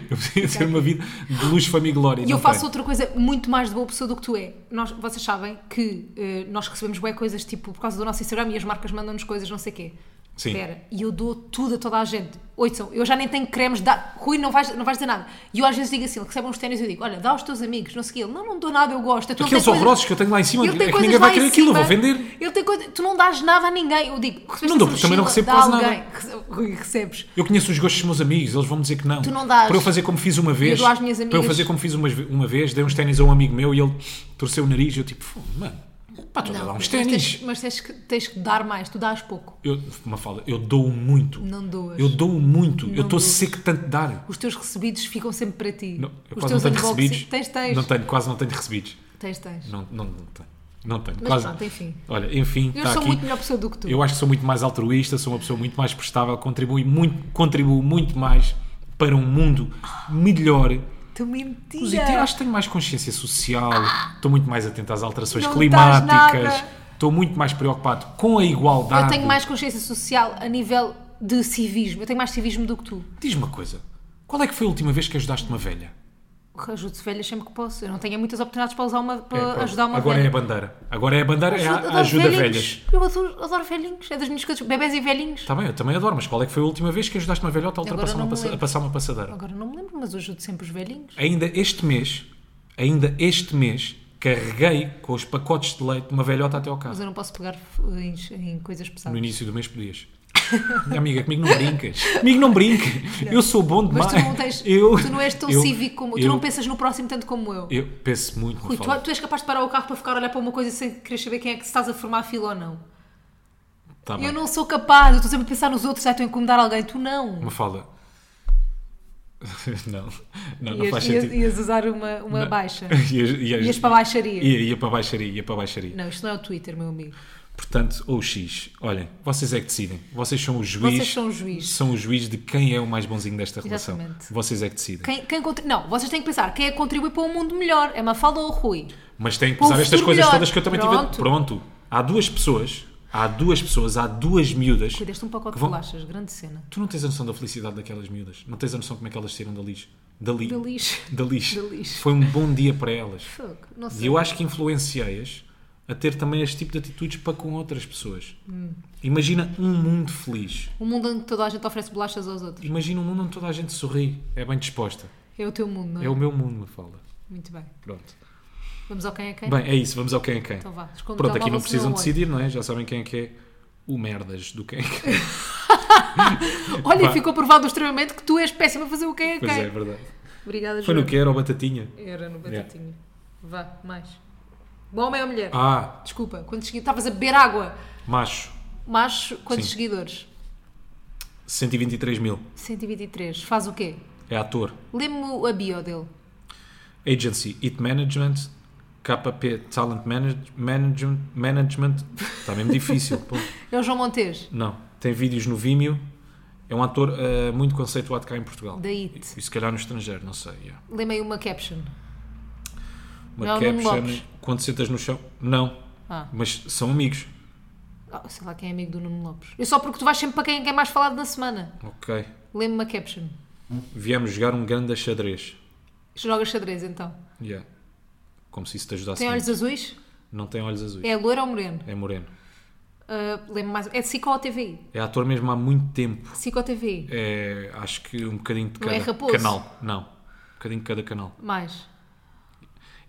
Eu podia ter uma vida de luz, família e glória. E eu faço outra coisa muito mais de boa pessoa do que tu é. Nós, vocês sabem que eh, nós recebemos bué coisas tipo por causa do nosso Instagram e as marcas mandam-nos coisas, não sei o quê. Sim. Espera, e eu dou tudo a toda a gente. Ouçam, eu já nem tenho cremes, dá... Rui, não vais, não vais dizer nada. E eu às vezes digo assim: ele recebe uns ténis e eu digo: olha, dá aos teus amigos, não sei o quê. Ele, não, não dou nada, eu gosto. Então, Aqueles tem coisas- horrorosos que eu tenho lá em cima, Ele tem é que coisas ninguém lá vai em querer aquilo, eu vou cima. vender. Ele tem coisa... Tu não dás nada a ninguém. Eu digo, recebeste Não dou, essa também não mochila, recebo dá quase nada. alguém. Rece- Rui, recebes. Eu conheço os gostos dos meus amigos, eles vão dizer que não. Tu não dás. Para eu fazer como fiz uma vez. dou às minhas Para eu amigas. fazer como fiz uma, uma vez, dei uns ténis a um amigo meu e ele torceu o nariz. Eu tipo, "Fô, mano, pá, tu dá uns mas ténis. tens, mas tens que, tens que dar mais, tu dás pouco. Eu, uma fala, eu dou muito. Não doas. Eu dou muito. eu estou doas. seco de tanto dar. Os teus recebidos ficam sempre para ti. Não, eu Os quase não tenho unboxings- recebidos. Tens, tens. Não tenho, quase não tenho recebidos. Tens, tens. Não, não, não tenho. Não tenho. Mas quase. pronto, enfim. Olha, enfim, Eu tá sou aqui. muito melhor pessoa do que tu. Eu acho que sou muito mais altruísta, sou uma pessoa muito mais prestável, contribuo muito, contribuo muito mais para um mundo melhor. Tu mentiras. Positivo, acho que tenho mais consciência social, estou muito mais atento às alterações Não estás climáticas, nada. estou muito mais preocupado com a igualdade. Eu tenho mais consciência social a nível de civismo. Eu tenho mais civismo do que tu. Diz-me uma coisa, qual é que foi a última vez que ajudaste uma velha? Ajudo-se velhas sempre que posso. Eu não tenho muitas oportunidades para, usar uma, para É, pronto, ajudar uma Agora velha. é a bandeira. Agora é a bandeira, é a, Adoro a ajuda velhas. Tá. velhinhos. Eu adoro, adoro velhinhos. É das minhas coisas. Bebés e velhinhos. Está bem, eu também adoro, mas qual é que foi a última vez que ajudaste uma velhota a, Agora ultrapassar não me uma passa- lembro. a passar uma passadeira? Agora não me lembro, mas eu ajudo sempre os velhinhos. Ainda este mês, ainda este mês, carreguei com os pacotes de leite uma velhota até ao Mas carro. eu não posso pegar em, em coisas No pesadas. início do mês podias. Minha amiga, comigo não brincas. Comigo não brinca. Eu sou bom demais. Mas tu não, tens, Eu- tu não és tão eu- cívico como. Tu eu- não pensas no próximo tanto como eu. Eu penso muito Rui, Rui, tu, tu és capaz de parar o carro para ficar a olhar para uma coisa sem querer saber quem é que se estás a formar a fila ou não. tá Eu bem. não sou capaz, eu estou sempre a pensar nos outros, já estou a incomodar alguém, tu não. Uma fala. não, não, não Ias, faz ias- sentido. ias usar uma, uma baixa. Ias, ias- Ias para a baixaria. Ia, ia para a baixaria, ia para a baixaria. Não, isto não é o Twitter, meu amigo. Portanto, ou X. Olhem, vocês é que decidem. Vocês são o juiz. Vocês são o juiz. São o juiz de quem é o mais bonzinho desta relação. Exatamente. Vocês é que decidem. Quem, quem contri- Não, vocês têm que pensar, quem é que contribui para um mundo melhor? É Mafalda ou o Rui? Mas têm que Para um pesar estas futuro coisas melhor. todas que eu também tive. Pronto. Pronto. Há duas pessoas, há duas pessoas, há duas miúdas. Cuidaste um pacote que de vão- bolachas, grande cena. Tu não tens a noção da felicidade daquelas miúdas. Não tens a noção como é que elas saíram da lixo. Dali. Da lixo. Da lixo. Da lixo. Foi um bom dia para elas. Fogo, não E sei. eu acho que influenciei-as a ter também este tipo de atitudes para com outras pessoas. Hum. Imagina um mundo feliz. O mundo onde toda a gente oferece bolachas aos outros. Imagina um mundo onde toda a gente sorri, é bem disposta. É o teu mundo, não é? É o meu mundo, me fala. Muito bem. Pronto. Vamos ao quem é quem? Bem, é isso, vamos ao quem é quem. então vá. Esconde o Pronto, aqui telemóvel, não precisam senão eu decidir, não é? Já sabem quem é que é o merdas do quem é que é. olho. Olha, Vá. e ficou provado extremamente que tu és péssima a fazer o quem é Pois é, é quem. verdade. Obrigada, Foi no João. que era o batatinha. Era no batatinho. Vá, mais. Bom homem ou mulher? Ah, Desculpa, quantos seguidores? Estavas a beber água. macho, Macho, quantos Sim. seguidores? 123 mil. 123. Faz o quê? É ator. Lê-me a bio dele. Agency, It Management, KP Talent Manage- Management. Management. Está mesmo difícil. pô. É o João Montes, Não, tem vídeos no Vimeo. É um ator eh, muito conceituado cá em Portugal. da IT. E se calhar no estrangeiro, não sei. yeah. Lê-me aí uma caption. Uma Não, Nuno caption. Lopes. Quando sentas no chão. Não. Ah. Mas são amigos. Ah, sei lá quem é amigo do Nuno Lopes. Eu só porque tu vais sempre para quem é quem é mais falado na semana. Ok. Lê-me uma caption. Viemos jogar um grande xadrez. Joga xadrez então. Yeah. Como se isso te ajudasse. Tem muito. olhos azuis? Não tem olhos azuis. É loira ou moreno? É. moreno. Ah, Lê-me mais. É de SICO ou TVI? É ator mesmo há muito tempo. SICO ou TVI? É, acho que um bocadinho de Não cada é Raposo? canal. Não. Um bocadinho de cada canal. Mais.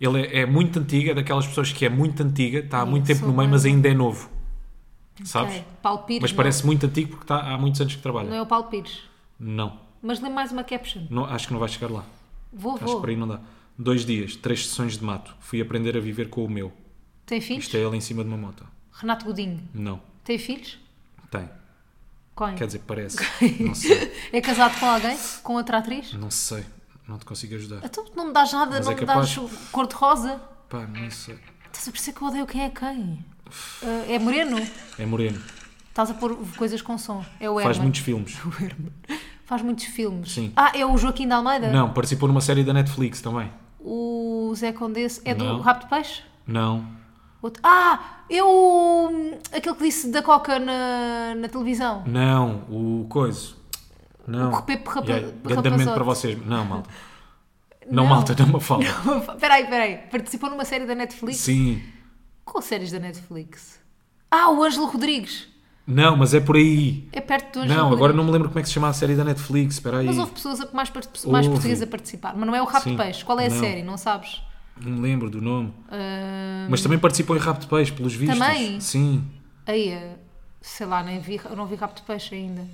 Ele é, é muito antigo, é daquelas pessoas que é muito antiga, está há Sim, muito tempo sou no meio, bem. mas ainda é novo. Sabes? Ok. Paulo Pires. Mas É. não. parece muito antigo porque está há muitos anos que trabalha. Não é o Paulo Pires. Não. Mas lê-me mais uma caption. Não, acho que não vai chegar lá. Vou, Acho que vou. por aí não dá. Dois dias, três sessões de mato. Fui aprender a viver com o meu. Tem filhos? Isto é ele em cima de uma moto. Renato Godinho. Não. Tem filhos? Tem. Quem? Quer dizer, parece. Não sei. É casado com alguém? Com outra atriz? Não sei. Não te consigo ajudar. Então não me dás nada, Mas não é me capaz. dás o cor-de-rosa. Pá, não sei. Estás a perceber que eu odeio quem é quem? Ah, é moreno? É moreno. Estás a pôr coisas com som. É o Herman. Faz muitos filmes. Faz muitos filmes. Sim. Ah, é o Joaquim de Almeida? Não, participou numa série da Netflix também. O Zé Condesse. É do Não. Rabo de Peixe? Não. Outro- Ah, é o. aquele que disse da Coca na, na televisão. Não. O coisa. Não. O Pepe Rapa- Yeah, grandamente Rapazote. para vocês. Não, malta. Não, Não. malta, não me fala. Peraí, peraí. Participou numa série da Netflix? Sim. Qual séries da Netflix? Ah, o Ângelo Rodrigues. Não, mas é por aí. É perto do Ângelo Não, agora Rodrigues. não me lembro como é que se chama a série da Netflix. Espera aí. Mas houve pessoas a- mais, part- mais Houve. portuguesas a participar. Mas não é o Rabo de Sim. Peixe. Qual é a Não. série? Não sabes? Não me lembro do nome. Ah, Mas também participou em Rap de Peixe, pelos vistos. Também? Sim. Aí, ah, sei lá, nem vi, eu não vi Rabo de Peixe ainda.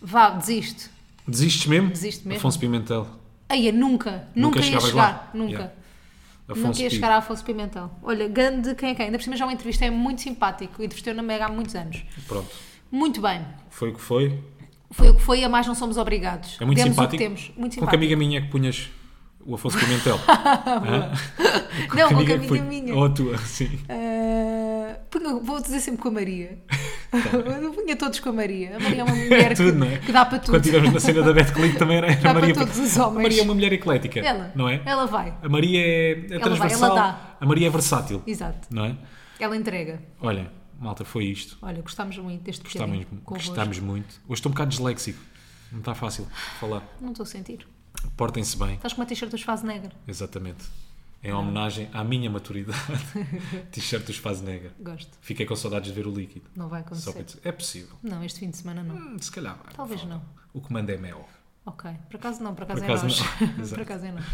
Vá, desisto. Desistes mesmo? Desisto mesmo. Afonso Pimentel. Aí, é nunca. Nunca, ia chegavas chegar. lá. Nunca. Yeah. Nunca Afonso ia Pi. chegar a Afonso Pimentel. Olha, grande quem é quem. Ainda por cima já o entrevistei, é muito simpático. Entrevistei na Mega há muitos anos. Pronto. Muito bem. Foi o que foi. Foi o que foi, a mais não somos obrigados. É muito Demos simpático. o que temos. Muito Com que simpático. amiga minha é que punhas o Afonso Pimentel? Hã? Não, com que é que amiga punha- minha. Ou a tua, sim. Ah, punha- vou dizer sempre com a Maria. Eu punha todos com a Maria. A Maria é uma mulher tudo, que, não é? que dá para tudo. Quando estivemos na cena da Beth Click também era, era Dá a Maria. para todos os A homens. Maria é uma mulher eclética, Ela, não é? ela vai. A Maria é, é transversal. dá. A Maria é versátil, Exato. não é? Ela entrega. Olha, malta, foi isto. Olha, gostámos muito deste Gostámos, bocadinho convosco. gostámos muito. Hoje estou um bocado disléxico. Não está fácil falar. Não estou a sentir. Portem-se bem. Estás com uma t-shirt dos Fase Negra. Exatamente. Em homenagem à minha maturidade. T-shirt dos Faz Negra. Gosto. Fiquei com saudades de ver o líquido. Não vai Só para acontecer. dizer, é possível. Não, este fim de semana não. Hum, Se calhar vai. Talvez não. O comando é mel. Ok. Por acaso não, por acaso, Por acaso é nós. não. por Exato. acaso é nós.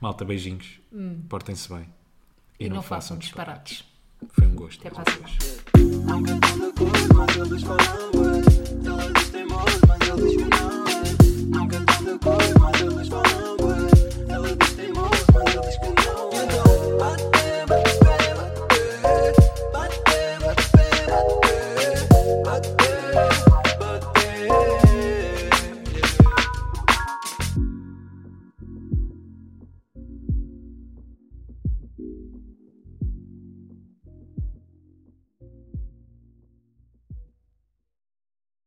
Malta, beijinhos. Portem-se bem. Hum. E, não, façam disparates. Foi um gosto. Até mais para uma a semana. vez. I'm good on the cool,